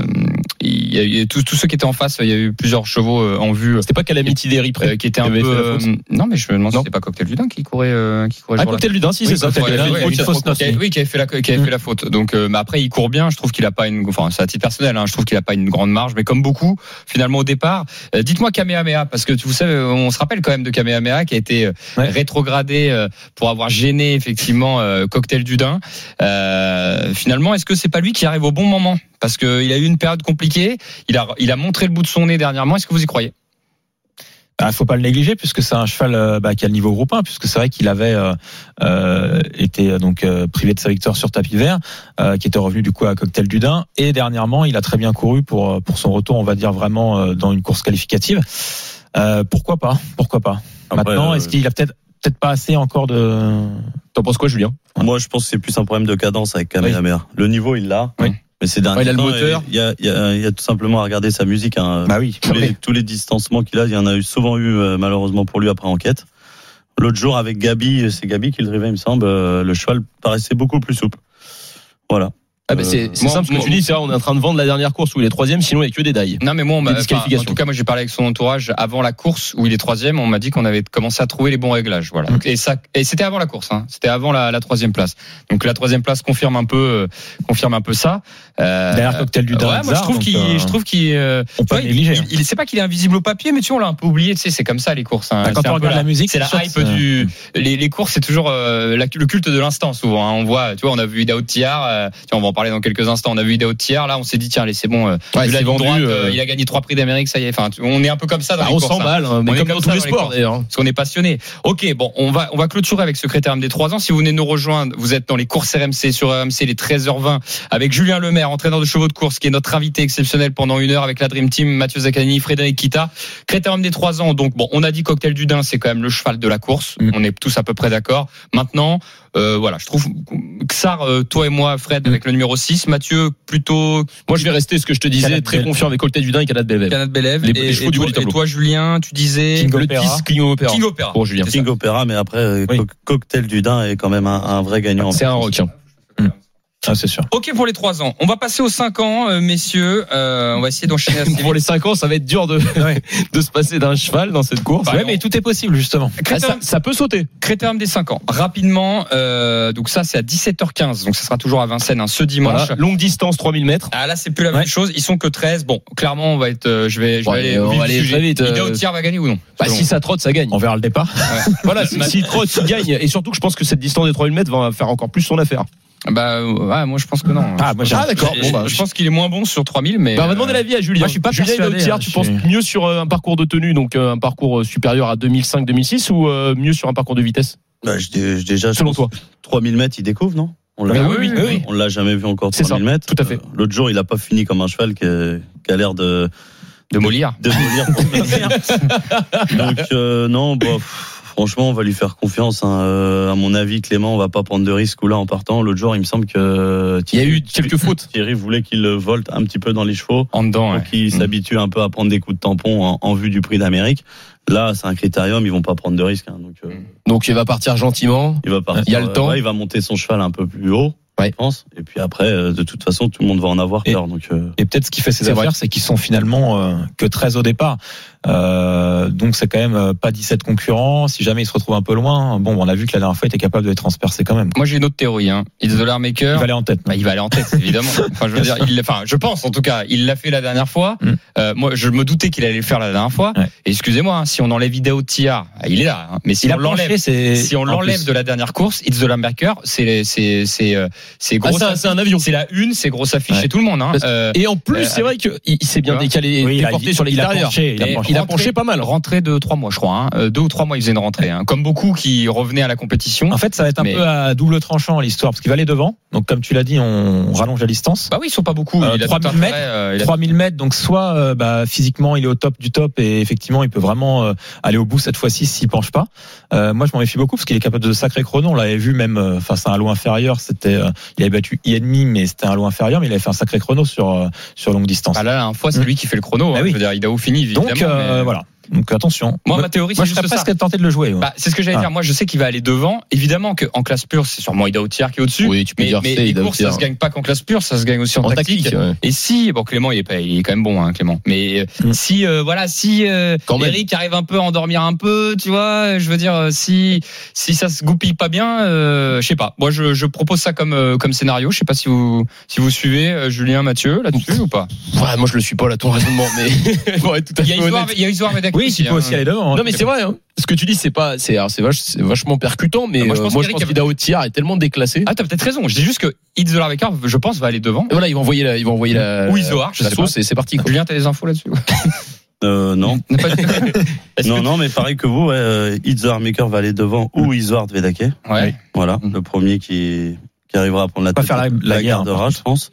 Speaker 3: il y a eu tous, tous ceux qui étaient en face. Il y a eu plusieurs chevaux euh, en vue
Speaker 4: C'était pas Calamity hein. Derry près
Speaker 3: euh, qui étaient
Speaker 4: qui
Speaker 3: un peu.
Speaker 4: avait fait la faute.
Speaker 3: euh, non, mais je me demande si
Speaker 4: Non.
Speaker 3: c'était pas Cocktail Ludin qui courait, euh, qui courait. ce
Speaker 4: Ah,
Speaker 3: jour-là.
Speaker 4: Cocktail Ludin, si,
Speaker 3: Oui,
Speaker 4: c'est ça.
Speaker 3: Cocktail
Speaker 4: c'était
Speaker 3: Ludin,
Speaker 4: une
Speaker 3: oui,
Speaker 4: faute,
Speaker 3: une
Speaker 4: ça se
Speaker 3: fausse
Speaker 4: recoupe.
Speaker 3: note, oui, qui avait fait la, qui avait fait la faute. Donc, euh, mais après, il court bien. Je trouve qu'il a pas une, enfin, c'est à titre personnel. hein, je trouve qu'il a pas une grande marge, mais comme beaucoup, finalement au départ. euh, Dites-moi Kamehameha, parce que tu- vous savez, on se rappelle quand même de Kamehameha qui a été euh,
Speaker 5: Ouais.
Speaker 3: rétrogradé euh, pour avoir gêné effectivement euh, Cocktail Dudin. Euh, finalement, est-ce que c'est pas lui qui arrive au bon moment Parce que il a eu une période compliquée. Il a, il a montré le bout de son nez dernièrement. Est-ce que vous y croyez
Speaker 5: Bah, faut pas le négliger puisque c'est un cheval euh, bah, qui a le niveau groupe 1 puisque c'est vrai qu'il avait euh, euh, été euh, donc euh, privé de sa victoire sur tapis vert euh, qui était revenu du coup à cocktail du Dain et dernièrement il a très bien couru pour euh, pour son retour on va dire vraiment euh, dans une course qualificative Euh, pourquoi pas pourquoi pas
Speaker 6: Après,
Speaker 5: maintenant
Speaker 6: euh,
Speaker 5: est-ce qu'il a peut-être peut-être pas assez encore de
Speaker 4: T'en penses quoi, Julien
Speaker 6: Moi, je pense que c'est plus un problème de cadence avec Kamehameha. Le niveau, il l'a.
Speaker 5: Oui.
Speaker 6: Mais ces derniers
Speaker 4: Ouais, il a le
Speaker 6: temps,
Speaker 4: moteur.
Speaker 6: Il y a, il y a- il y a tout simplement à regarder sa musique. hein.
Speaker 5: bah oui
Speaker 6: tous, les, tous les distancements qu'il a, il y en a eu souvent eu, euh, malheureusement pour lui, après enquête. L'autre jour, avec Gabi, euh, c'est Gabi qui le drivait, il me semble, euh, le cheval paraissait beaucoup plus souple. Voilà.
Speaker 4: Ah, bah, c'est
Speaker 6: Euh,
Speaker 4: c'est
Speaker 3: moi,
Speaker 4: simple ce que
Speaker 3: moi-
Speaker 4: tu dis, c'est vrai, on est en train de vendre la dernière course où il est troisième, sinon il n'y a que des dailles.
Speaker 3: Non, mais moi, on m'a-
Speaker 4: Des disqualifications.
Speaker 3: enfin, en tout cas, moi, j'ai parlé avec son entourage avant la course où il est troisième. On m'a dit qu'on avait commencé à trouver les bons réglages. Voilà. Donc, Et ça, et c'était avant la course. Hein. C'était avant la, la troisième place. Donc la troisième place confirme un peu, euh, confirme un peu ça. Euh,
Speaker 5: derrière cocktail du
Speaker 3: ouais,
Speaker 5: Dain
Speaker 3: moi, je trouve
Speaker 5: donc,
Speaker 3: qu'il,
Speaker 5: euh,
Speaker 3: je trouve qu'il,
Speaker 5: on
Speaker 3: euh, tu
Speaker 5: peut
Speaker 3: vois,
Speaker 5: pas
Speaker 3: il,
Speaker 5: négliger hein.
Speaker 3: il- il- c'est pas qu'il est invisible au papier, mais tu vois, on l'a un peu oublié. Tu sais, c'est comme ça les courses. hein.
Speaker 5: Bah, quand
Speaker 3: C'est un
Speaker 5: on
Speaker 3: peu
Speaker 5: regarde la, musique
Speaker 3: c'est la
Speaker 5: sûr que
Speaker 3: hype du les, les courses c'est toujours euh, la- le culte de l'instant souvent hein. on voit tu vois on a vu Idao Tiar euh, tu vois, on va en parler dans quelques instants on a vu Idao Tiar là on s'est dit tiens allez c'est bon euh,
Speaker 4: Ouais,
Speaker 3: de la
Speaker 4: c'est
Speaker 3: ligne
Speaker 4: vendu,
Speaker 3: droite,
Speaker 4: euh,
Speaker 3: euh, il a gagné trois prix d'Amérique ça y est enfin tu- on est un peu comme ça dans
Speaker 4: Bah,
Speaker 3: les
Speaker 4: on
Speaker 3: courses hein,
Speaker 4: s'emballe, hein,
Speaker 3: On
Speaker 4: mais
Speaker 3: est
Speaker 4: comme
Speaker 3: comme
Speaker 4: dans
Speaker 3: ça
Speaker 4: tous les
Speaker 3: dans les
Speaker 4: sports
Speaker 3: courses.
Speaker 4: d'ailleurs. hein.
Speaker 3: parce qu'on est passionné ok bon on va on va clôturer avec secrétaire des 3 ans si vous venez de nous rejoindre vous êtes dans les courses RMC sur RMC les 13h20 avec Julien Lemaire entraîneur de chevaux de course qui est notre invité exceptionnel pendant une heure avec la Dream Team Mathieu Zaccani Frédéric Kita Critérium des trois ans, donc bon, on a dit Cocktail du Dain, c'est quand même le cheval de la course.
Speaker 5: Mm.
Speaker 3: On est tous à peu près d'accord. Maintenant, euh, voilà, je trouve Xar, euh, toi et moi,
Speaker 4: Mm.
Speaker 3: Fred, avec le numéro 6, Mathieu, plutôt
Speaker 4: Moi, je vais rester ce que je te disais,
Speaker 5: Canad
Speaker 4: très
Speaker 5: Bell.
Speaker 4: confiant avec Cocktail du Dain et Canad Belvève.
Speaker 3: Canad Belève.
Speaker 4: Les-
Speaker 3: Et,
Speaker 4: les chevaux
Speaker 3: et
Speaker 4: du haut
Speaker 3: toi,
Speaker 4: du tableau.
Speaker 3: et toi, Julien, tu disais
Speaker 5: King
Speaker 4: Le
Speaker 5: Opera.
Speaker 4: 10, Clignon Opéra.
Speaker 3: King Opera.
Speaker 4: Pour Julien.
Speaker 3: C'est
Speaker 6: King Opera, mais après, euh,
Speaker 5: Oui.
Speaker 4: Bah,
Speaker 6: Co- Cocktail du Dain est quand même un, un vrai gagnant.
Speaker 4: C'est un requin.
Speaker 5: Ah, c'est sûr.
Speaker 3: Ok pour les 3 ans. On va passer aux 5 ans, euh, messieurs. Euh, on va essayer d'enchaîner assez
Speaker 4: Pour
Speaker 3: vite.
Speaker 4: les 5 ans, ça va être dur de,
Speaker 5: Ouais.
Speaker 4: de se passer d'un cheval dans cette course.
Speaker 3: Bah,
Speaker 5: ouais, mais tout est possible, justement.
Speaker 4: Ah, ça,
Speaker 3: Créteil-
Speaker 4: ça peut sauter.
Speaker 3: Créteil des 5 ans. Rapidement, euh, donc ça c'est à 17h15, donc ça sera toujours à Vincennes hein, ce dimanche.
Speaker 4: Voilà. Longue distance, 3000 mètres.
Speaker 3: Ah là c'est plus la même
Speaker 5: Ouais.
Speaker 3: chose, ils sont que 13. Bon, clairement on va être euh, je vais je
Speaker 4: Ouais,
Speaker 3: vais aller
Speaker 4: on
Speaker 3: au vif
Speaker 4: va
Speaker 3: du
Speaker 4: aller
Speaker 3: sujet.
Speaker 4: très vite, euh,
Speaker 3: Ida Ottier va gagner ou non
Speaker 4: Bah,
Speaker 3: Selon
Speaker 4: si ça trotte, ça gagne.
Speaker 5: On verra le départ.
Speaker 4: Voilà, si, si il trotte, il gagne. Et surtout que je pense que cette distance des 3000 mètres va faire encore plus son affaire.
Speaker 3: vous. Bah euh, ouais, moi je pense que non.
Speaker 5: Ah, moi, j'ai-
Speaker 4: Ah, d'accord.
Speaker 3: Je-
Speaker 4: Bon, bah,
Speaker 3: je pense qu'il est moins bon sur 3000 mais euh,
Speaker 4: Bah, on va demander l'avis à Julien.
Speaker 5: moi, je suis pas
Speaker 4: Julien
Speaker 5: persuadé,
Speaker 4: Lautière,
Speaker 5: hein,
Speaker 4: tu
Speaker 5: je
Speaker 4: penses
Speaker 5: suis-
Speaker 4: mieux sur euh, un parcours de tenue, donc euh, un parcours euh, supérieur à 2005-2006 ou euh, mieux sur un parcours de vitesse
Speaker 6: Bah, je dé- je- déjà, je
Speaker 4: Selon
Speaker 6: pense-
Speaker 4: toi
Speaker 6: 3000 mètres, il découvre, non on l'a
Speaker 3: Bah oui, oui, oui, oui.
Speaker 6: on l'a jamais vu encore
Speaker 4: C'est
Speaker 6: 3000
Speaker 4: ça,
Speaker 6: mètres.
Speaker 4: tout à fait.
Speaker 6: Euh, L'autre jour, il a pas fini comme un cheval qui, qui a l'air de
Speaker 3: de Molière.
Speaker 6: de mourir pour plaisir. Donc euh, non, bah, pff, franchement, on va lui faire confiance. hein. Euh, à mon avis, Clément, on va pas prendre de risque ou là en partant. L'autre jour, il me semble que euh,
Speaker 4: Il y a
Speaker 6: Thierry,
Speaker 4: eu quelques fautes.
Speaker 6: Thierry voulait qu'il le volte un petit peu dans les chevaux.
Speaker 3: En dedans. ouais.
Speaker 6: Donc il
Speaker 4: Mm.
Speaker 6: s'habitue un peu à prendre des coups de tampon en, en vue du prix d'Amérique. Là, c'est un critérium, ils vont pas prendre de risque. hein. Donc euh,
Speaker 4: Donc il va partir gentiment.
Speaker 6: il va partir,
Speaker 4: Il y a le
Speaker 6: euh,
Speaker 4: temps.
Speaker 6: ouais, il va monter son cheval un peu plus haut,
Speaker 4: Ouais.
Speaker 6: je pense. Et puis après, euh, de toute façon, tout le monde va en avoir
Speaker 5: Et-
Speaker 6: peur. Donc euh,
Speaker 5: Et peut-être ce qui fait ces
Speaker 4: C'est vrai.
Speaker 5: affaires, c'est qu'ils sont finalement euh, que 13 au départ. Euh, donc c'est quand même euh, pas 17 concurrents. Si jamais ils se retrouvent un peu loin, bon, on a vu que la dernière fois, il était capable de les transpercer quand même.
Speaker 3: Moi j'ai une autre théorie hein. It's Dollar
Speaker 5: Il
Speaker 3: Maker.
Speaker 5: va aller en tête.
Speaker 3: Bah, il va aller en tête, évidemment. Enfin, je veux dire, il, l'a- enfin, je pense en tout cas, il l'a fait la dernière fois.
Speaker 5: Mm.
Speaker 3: Euh, moi, je me doutais qu'il allait le faire la dernière fois.
Speaker 5: Ouais.
Speaker 3: Et Excusez-moi, hein, si on enlève Idao Tia, ah, il est là. hein. Mais si
Speaker 5: Il
Speaker 3: on
Speaker 5: a
Speaker 3: l'enlève,
Speaker 5: penché, c'est
Speaker 3: si on
Speaker 5: en
Speaker 3: l'enlève
Speaker 5: plus.
Speaker 3: de la dernière course, It's the Lamberger, c'est c'est c'est euh, c'est
Speaker 4: Ah,
Speaker 3: grosse.
Speaker 4: ça, c'est un avion.
Speaker 3: c'est la une, c'est grosse affiche
Speaker 5: Ouais.
Speaker 3: chez tout le monde. Hein.
Speaker 4: Parce-
Speaker 3: Euh,
Speaker 4: Et en
Speaker 3: Euh,
Speaker 4: plus, c'est vrai qu'il il s'est bien
Speaker 3: Voilà.
Speaker 4: décalé,
Speaker 5: Oui, il a-
Speaker 4: déporté sur
Speaker 5: il a
Speaker 4: l'extérieur.
Speaker 5: penché, il a
Speaker 4: Et
Speaker 5: penché.
Speaker 4: Il a
Speaker 3: Rentré-
Speaker 4: penché pas mal.
Speaker 3: Rentrée de trois mois, je crois. Hein. Euh, Deux ou trois mois, il faisait une rentrée. Hein. Comme beaucoup qui revenaient à la compétition.
Speaker 5: En fait, ça va être un
Speaker 3: Mais-
Speaker 5: peu à double tranchant l'histoire, parce qu'il va aller devant. Donc, comme tu l'as dit, on rallonge la distance.
Speaker 3: Bah oui, ils sont pas beaucoup.
Speaker 5: Euh,
Speaker 3: il a
Speaker 5: 3000
Speaker 3: tout intérêt,
Speaker 5: mètres,
Speaker 3: euh, il a-
Speaker 5: 3000 mètres, donc soit euh, bah, physiquement il est au top du top et effectivement il peut vraiment euh, aller au bout cette fois-ci s'il penche pas. Euh, moi je m'en méfie beaucoup parce qu'il est capable de sacrer chrono. On l'avait vu même euh, face à un lot inférieur, c'était euh, il avait battu I mais c'était un lot inférieur, mais il avait fait un sacré chrono sur euh, sur longue distance.
Speaker 3: Ah là, la dernière fois, c'est
Speaker 5: Mm.
Speaker 3: lui qui fait le chrono.
Speaker 5: Bah
Speaker 3: hein.
Speaker 5: oui.
Speaker 3: Je veux dire, Idao finit. évidemment,
Speaker 5: donc euh,
Speaker 3: mais-
Speaker 5: voilà, donc attention.
Speaker 3: Moi, ma théorie, c'est
Speaker 5: je serais
Speaker 3: juste ça.
Speaker 5: presque tenté de le jouer. ouais.
Speaker 3: Bah, c'est ce que j'allais
Speaker 5: Ah.
Speaker 3: dire. Moi, je sais qu'il va aller devant. Évidemment qu'en classe pure, c'est sûrement Ida Outier qui est au-dessus.
Speaker 4: Oui, tu peux
Speaker 3: mais
Speaker 4: dire
Speaker 3: mais
Speaker 4: c'est
Speaker 3: les
Speaker 4: Ida
Speaker 3: courses,
Speaker 4: Otiar.
Speaker 3: ça se gagne pas qu'en classe pure, ça se gagne aussi en,
Speaker 4: En tactique. ouais.
Speaker 3: Et si, bon, Clément, il est, pas, il est quand même bon, hein, Clément. Mais euh,
Speaker 5: Mm.
Speaker 3: si, euh, voilà, si euh,
Speaker 4: Quand même.
Speaker 3: Eric arrive un peu à endormir un peu, tu vois, je veux dire, euh, si si ça se goupille pas bien, euh, je sais pas. Moi, je, je propose ça comme euh, comme scénario. Je sais pas si vous si vous suivez euh, Julien, Mathieu là-dessus ou pas.
Speaker 4: Ouais, moi je le suis pas là ton raisonnement, mais pour être tout à
Speaker 3: Il y a
Speaker 4: fait
Speaker 3: Isoar-
Speaker 4: honnête.
Speaker 3: il y a Isoar Vedek
Speaker 5: oui, il peut
Speaker 3: hein.
Speaker 5: aussi aller devant.
Speaker 4: Non mais c'est vrai. hein. Ce que tu dis, c'est pas, c'est alors, c'est vach- c'est vachement percutant, mais
Speaker 3: Ah,
Speaker 4: euh,
Speaker 3: moi,
Speaker 4: moi
Speaker 3: je pense
Speaker 4: je
Speaker 3: qu'Eric
Speaker 4: pense
Speaker 3: avait-
Speaker 4: qu'Ida Otiar est tellement déclassé.
Speaker 3: Ah, t'as peut-être raison. Je dis juste que It's the Larvaker, je pense, va aller devant.
Speaker 4: Et voilà, ils vont envoyer la, ils vont envoyer la,
Speaker 3: Ou Isoar, je
Speaker 4: la
Speaker 3: sais
Speaker 4: sauce et c'est parti. quoi.
Speaker 3: Julien, t'as des infos là-dessus
Speaker 6: euh, non.
Speaker 3: N'a pas du tout. Est-ce
Speaker 6: Non,
Speaker 3: que-
Speaker 6: non, mais pareil que vous, ouais, euh, Itzhar Maker va aller devant ou Itzhar Vedake.
Speaker 3: Ouais.
Speaker 6: Voilà,
Speaker 3: Mm.
Speaker 6: le premier qui, qui arrivera à prendre la
Speaker 5: Pas
Speaker 6: tête
Speaker 5: faire la- la guerre, hein. par
Speaker 6: gardera, je pense.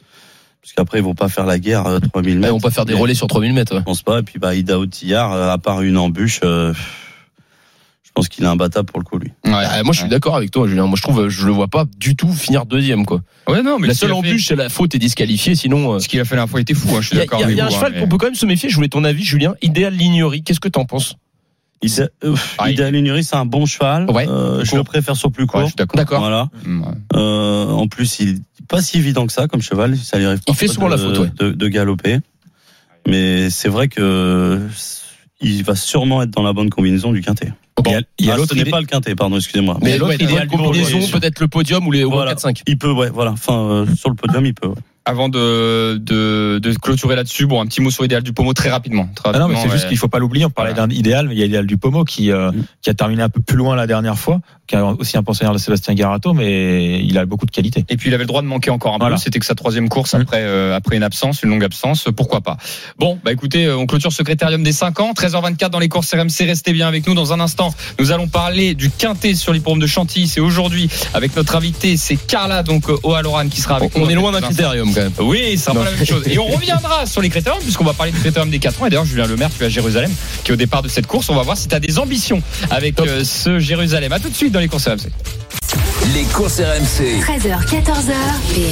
Speaker 6: Parce qu'après, ils vont pas faire la guerre euh, 3000
Speaker 4: Ouais,
Speaker 6: mètres.
Speaker 4: on peut faire des
Speaker 6: Mais
Speaker 4: relais sur 3000 mètres. ouais.
Speaker 6: Je pense pas. Et puis, bah, Ida Otillard, euh, à part une embûche, euh, je pense qu'il est imbattable pour le coup, lui.
Speaker 4: Ah, moi je suis d'accord avec toi, Julien. Moi je trouve, euh, je le vois pas du tout finir deuxième quoi.
Speaker 3: Ouais, non, mais
Speaker 4: la
Speaker 3: ce qu'il
Speaker 4: seule
Speaker 3: a fait-
Speaker 4: embûche, c'est la faute et disqualifié. Sinon, euh,
Speaker 3: Ce qu'il a fait la dernière fois, il était fou, hein, je suis
Speaker 4: il y a,
Speaker 3: d'accord
Speaker 4: il y a-
Speaker 3: avec
Speaker 4: il y a un
Speaker 3: vous, hein,
Speaker 4: cheval
Speaker 3: mais-
Speaker 4: qu'on peut quand même se méfier. Je voulais ton avis, Julien. Idéal Lignori. Qu'est-ce que t'en penses
Speaker 6: Ida, euh,
Speaker 3: Ah, il-
Speaker 6: Ida Lunuri, c'est un bon cheval.
Speaker 4: Ouais,
Speaker 6: Euh, je
Speaker 3: court.
Speaker 6: le préfère sur plus
Speaker 3: Ouais,
Speaker 6: court.
Speaker 3: je suis d'accord.
Speaker 4: D'accord.
Speaker 6: voilà.
Speaker 3: Mm, ouais.
Speaker 6: Euh, en plus, il est pas si évident que ça comme cheval. Ça lui arrive
Speaker 4: Il fait
Speaker 6: parfois
Speaker 4: souvent la
Speaker 6: de-
Speaker 4: faute, ouais.
Speaker 6: de, de galoper. Mais c'est vrai que il va sûrement être dans la bonne combinaison du quintet.
Speaker 4: Oh,
Speaker 5: Il y a- il y a
Speaker 6: Ah,
Speaker 5: l'autre
Speaker 6: ce n'est
Speaker 5: idée-
Speaker 6: pas le quintet, pardon, excusez-moi.
Speaker 4: Mais
Speaker 5: Mais
Speaker 4: l'autre
Speaker 5: ouais, dans
Speaker 4: idéal
Speaker 5: la combinaison,
Speaker 4: combinaison, peut-être le podium ou les au moins
Speaker 6: Voilà.
Speaker 4: 4-5.
Speaker 6: Il peut, ouais, voilà. Enfin, euh, sur le podium, il peut. ouais.
Speaker 3: Avant de, de, de clôturer là-dessus, bon, un petit mot sur l'idéal du pommeau très rapidement. Très
Speaker 5: Ah non, mais
Speaker 3: rapidement,
Speaker 5: c'est juste
Speaker 3: ouais.
Speaker 5: qu'il faut pas l'oublier. On parlait
Speaker 3: Voilà.
Speaker 5: d'un idéal, mais il y a l'idéal du Pomo qui euh,
Speaker 6: Mm.
Speaker 5: qui a terminé un peu plus loin la dernière fois, qui est aussi un pensionnaire de Sébastien Garato, mais il a beaucoup de qualité.
Speaker 3: Et puis il avait le droit de manquer encore un
Speaker 5: Voilà.
Speaker 3: peu. C'était que sa troisième course
Speaker 5: Mm.
Speaker 3: après euh, après une absence, une longue absence. Pourquoi pas Bon, bah écoutez, euh, on clôture ce critérium des 5 ans. 13h24 dans les courses RMC. Restez bien avec nous. Dans un instant, nous allons parler du quintet sur l'hippodrome de Chantilly. C'est aujourd'hui avec notre invité, c'est Carla donc euh, O'Halloran qui sera avec nous.
Speaker 4: On est
Speaker 3: dans
Speaker 4: loin d'un
Speaker 3: quelques instants.
Speaker 4: critérium quand même.
Speaker 3: Oui, c'est un peu la même chose. Et on reviendra sur les critériums, puisqu'on va parler du critérium des 4 ans. Et d'ailleurs, Julien Lemaire, tu es à Jérusalem, qui est au départ de cette course. On va voir si tu as des ambitions avec euh, ce Jérusalem. À tout de suite dans les courses RMC.
Speaker 1: Les courses RMC.
Speaker 2: 13h, 14h. PMU,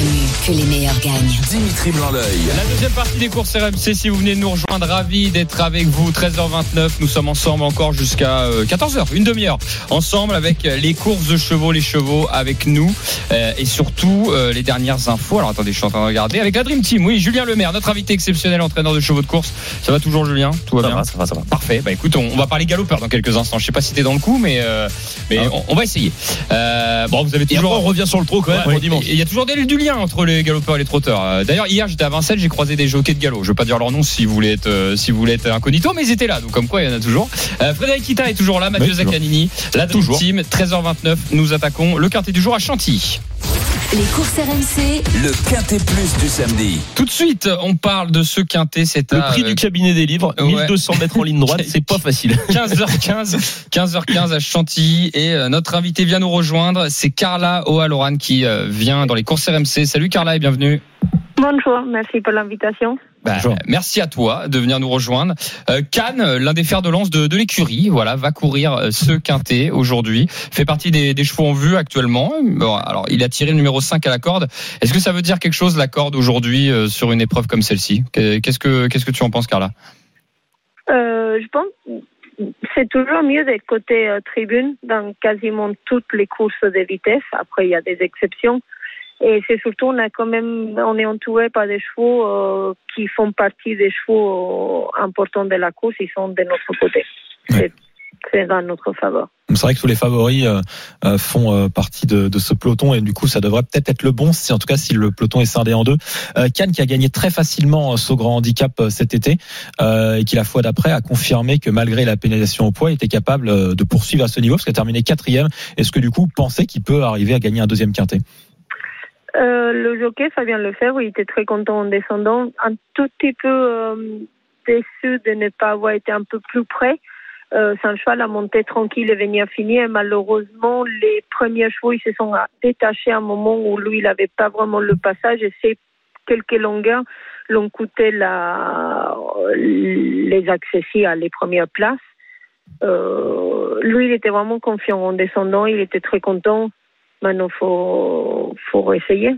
Speaker 2: que les meilleurs gagnent.
Speaker 1: Dimitri Blanc-L'œil.
Speaker 3: La deuxième partie des courses RMC, si vous venez de nous rejoindre, ravi d'être avec vous. 13h29, nous sommes ensemble encore jusqu'à euh, 14h, une demi-heure. Ensemble avec euh, les courses de chevaux, les chevaux avec nous. euh, et surtout, euh, les dernières infos. Alors attendez, je suis en train de regarder. Avec la Dream Team, oui, Julien Lemaire, notre invité exceptionnel, entraîneur de chevaux de course. Ça va toujours, Julien Tout va
Speaker 6: Ça
Speaker 3: bien
Speaker 6: va, ça va, ça va.
Speaker 3: Parfait. Bah écoute, on, on va parler galopeur dans quelques instants. Je sais pas si t'es dans le coup, mais, euh, mais on, on va essayer. Euh, bon, vous avez
Speaker 4: Ah. Et après,
Speaker 3: toujours.
Speaker 4: on revient sur le trot quand même
Speaker 3: Ouais,
Speaker 4: pour dimanche.
Speaker 3: et- et Il y a toujours des- du lien entre les galopeurs et les trotteurs. Euh, D'ailleurs, hier, j'étais à Vincennes, j'ai croisé des jockeys de galop. Je vais pas dire leur nom si vous voulez être, euh, si vous voulez être incognito, mais ils étaient là. Donc, comme quoi, il y en a toujours. Euh, Frédéric Kita est toujours là, Mathieu
Speaker 5: Oui, toujours.
Speaker 3: Zaccanini, la Dream
Speaker 5: Toujours.
Speaker 3: Team, 13h29. Nous attaquons le quartier du jour à Chantilly.
Speaker 2: Les courses RMC,
Speaker 1: Le quintet plus du samedi.
Speaker 3: Tout de suite, on parle de ce quintet. C'est
Speaker 4: Le
Speaker 3: à,
Speaker 4: prix
Speaker 3: euh,
Speaker 4: du cabinet des livres,
Speaker 3: ouais.
Speaker 4: 1200 mètres en ligne droite, c'est pas facile.
Speaker 3: 15h15, 15h15 à Chantilly et euh, notre invité vient nous rejoindre, c'est Carla O'Halloran qui euh, vient dans les courses RMC. Salut Carla et bienvenue.
Speaker 7: Bonjour, merci pour l'invitation.
Speaker 3: Euh, Merci à toi de venir nous rejoindre. Euh, Cannes, euh, l'un des fers de lance de, de l'écurie, voilà, va courir euh, ce quintet aujourd'hui. Fait partie des, des chevaux en vue actuellement. Bon, alors il a tiré le numéro 5 à la corde. Est-ce que ça veut dire quelque chose la corde aujourd'hui euh, sur une épreuve comme celle-ci Que- Qu'est-ce que qu'est-ce que tu en penses Carla
Speaker 7: Euh, je pense que c'est toujours mieux d'être côté euh, tribune dans quasiment toutes les courses de vitesse. Après, il y a des exceptions. Et c'est surtout, on, a quand même, on est entouré par des chevaux euh, qui font partie des chevaux euh, importants de la course. Ils sont de notre côté. C'est- C'est dans notre faveur.
Speaker 5: C'est vrai que tous les favoris euh, euh, font euh, partie de, de ce peloton et du coup ça devrait peut-être être le bon si en tout cas si le peloton est scindé en deux. Euh, Cannes qui a gagné très facilement euh, ce grand handicap euh, cet été euh, et qui la fois d'après a confirmé que malgré la pénalisation au poids il était capable euh, de poursuivre à ce niveau parce qu'il a terminé quatrième. Est-ce que du coup pensez qu'il peut arriver à gagner un deuxième quintet
Speaker 7: Euh, le jockey, Fabien Lefebvre, il était très content en descendant, un tout petit peu euh, déçu de ne pas avoir été un peu plus près. Euh, c'est un cheval a monté tranquille et venir finir. Et malheureusement, les premiers chevaux, ils se sont détachés à un moment où lui, il n'avait pas vraiment le passage et ces quelques longueurs l'ont coûté la, les accessis à les premières places. Euh, lui, il était vraiment confiant en descendant, il était très content. Maintenant, faut, faut essayer.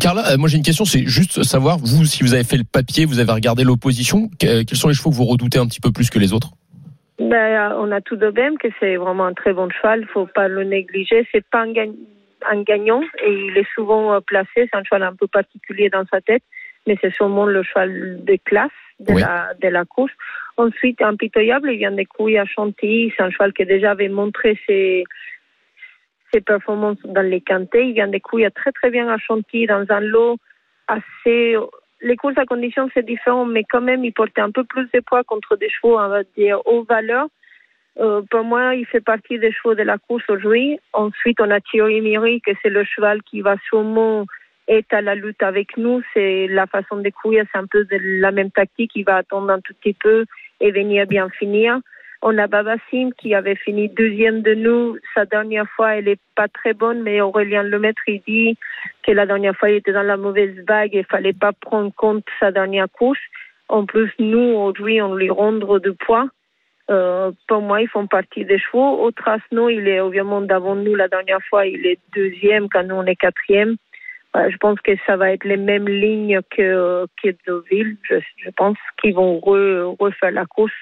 Speaker 4: Carla, euh, moi j'ai une question, c'est juste savoir, vous, si vous avez fait le papier, vous avez regardé l'opposition, que- euh, quels sont les chevaux que vous redoutez un petit peu plus que les autres
Speaker 7: Ben, on a tout de même que c'est vraiment un très bon cheval, faut pas le négliger. C'est pas un, gagn- un gagnant et il est souvent euh, placé. C'est un cheval un peu particulier dans sa tête, mais c'est sûrement le cheval de classe de,
Speaker 4: Oui.
Speaker 7: la, de la course. Ensuite, impitoyable, il vient des couilles à Chantilly. C'est un cheval qui déjà avait montré ses, ses performances dans les quintés. Il vient des couilles à très très bien à Chantilly dans un lot assez les courses à condition, c'est différent, mais quand même, il portait un peu plus de poids contre des chevaux, on va dire, haut valeur. Euh, pour moi, il fait partie des chevaux de la course aujourd'hui. Ensuite, on a Thierry Miri, que c'est le cheval qui va sûrement être à la lutte avec nous. C'est la façon de courir, c'est un peu de la même tactique. Il va attendre un tout petit peu et venir bien finir. On a Babassim qui avait fini deuxième de nous. Sa dernière fois, elle est pas très bonne, mais Aurélien Lemaître, il dit que la dernière fois, il était dans la mauvaise vague et il fallait pas prendre compte sa dernière course. En plus, nous, aujourd'hui, on lui rendre du poids. Euh, pour moi, ils font partie des chevaux. Au Trasno, il est évidemment d'avant nous la dernière fois, il est deuxième quand nous on est quatrième. Euh, je pense que ça va être les mêmes lignes que, que Deauville. Je, je pense qu'ils vont re- refaire la course.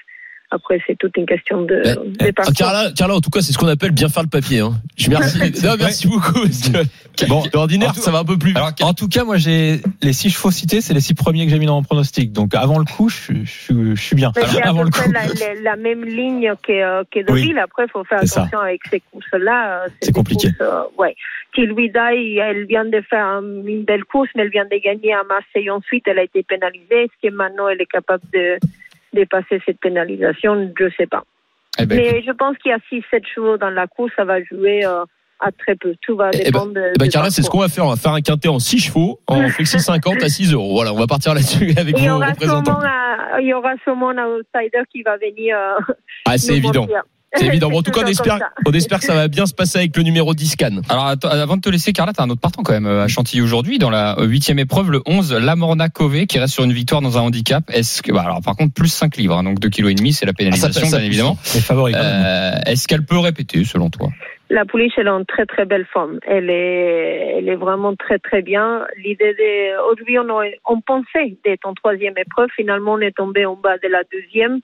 Speaker 7: Après, c'est toute une question de,
Speaker 4: Eh,
Speaker 7: de parcours.
Speaker 4: Carla, Carla, en tout cas, c'est ce qu'on appelle bien faire le papier. Hein. Je merci, non, merci beaucoup. parce que-
Speaker 5: Bon,
Speaker 4: d'ordinaire,
Speaker 5: en tout-
Speaker 4: Ah, ça va un peu plus vite.
Speaker 3: Alors,
Speaker 5: En tout cas, moi j'ai les six chevaux cités, c'est les six premiers que j'ai mis dans mon pronostic. Donc avant le coup, je, suis- je suis- je suis bien.
Speaker 7: Mais C'est à
Speaker 5: avant
Speaker 7: peu
Speaker 5: le
Speaker 7: près
Speaker 5: coup.
Speaker 7: la, la- la même ligne que, euh, que Deauville. Après, il faut faire
Speaker 5: C'est ça.
Speaker 7: attention avec ces courses-là. euh,
Speaker 5: C'est
Speaker 7: des
Speaker 5: compliqué.
Speaker 7: Courses, euh, ouais. Tilwida, il- elle vient de faire un- une belle course, mais elle vient de gagner à Marseille ensuite. Elle a été pénalisée. Est-ce que maintenant elle est capable de dépasser cette pénalisation Je ne sais pas.
Speaker 3: Eh ben,
Speaker 7: mais je pense qu'il y a 6-7 chevaux dans la course. Ça va jouer euh, à très peu. Tout va
Speaker 4: Eh ben-
Speaker 7: dépendre de.
Speaker 4: Eh ben,
Speaker 7: du
Speaker 4: Carla, c'est ce
Speaker 7: parcours.
Speaker 4: qu'on va faire. On va faire un quintet en 6 chevaux, en flexi 50 à 6 euros. Voilà, on va partir là-dessus avec
Speaker 7: il y,
Speaker 4: vos
Speaker 7: aura
Speaker 4: représentants.
Speaker 7: sûrement un, il y aura sûrement un outsider qui va venir. euh,
Speaker 4: Ah, c'est
Speaker 7: nous
Speaker 4: évident.
Speaker 7: mentir.
Speaker 4: C'est évident. Bon, en tout
Speaker 7: C'est
Speaker 4: cas, on
Speaker 7: toujours
Speaker 4: espère,
Speaker 7: comme ça.
Speaker 4: on espère que ça va bien se passer avec le numéro 10-Cannes.
Speaker 3: Alors attends, avant de te laisser, Carla, t'as un autre partant quand même euh, à Chantilly aujourd'hui dans la euh, huitième épreuve, le 11 Lamorna Cové qui reste sur une victoire dans un handicap. Est-ce que bah, alors par contre plus 5 livres, hein, donc 2 kg et demi, c'est la pénalisation
Speaker 4: Ah, ça, ça,
Speaker 3: bien évidemment.
Speaker 5: Les favoris, quand même.
Speaker 3: Euh, Est-ce qu'elle peut répéter selon toi
Speaker 7: La pouliche, elle est en très très belle forme. Elle est, elle est vraiment très très bien. L'idée de, aujourd'hui, on, aurait- on pensait d'être en troisième épreuve. Finalement, on est tombé en bas de la deuxième.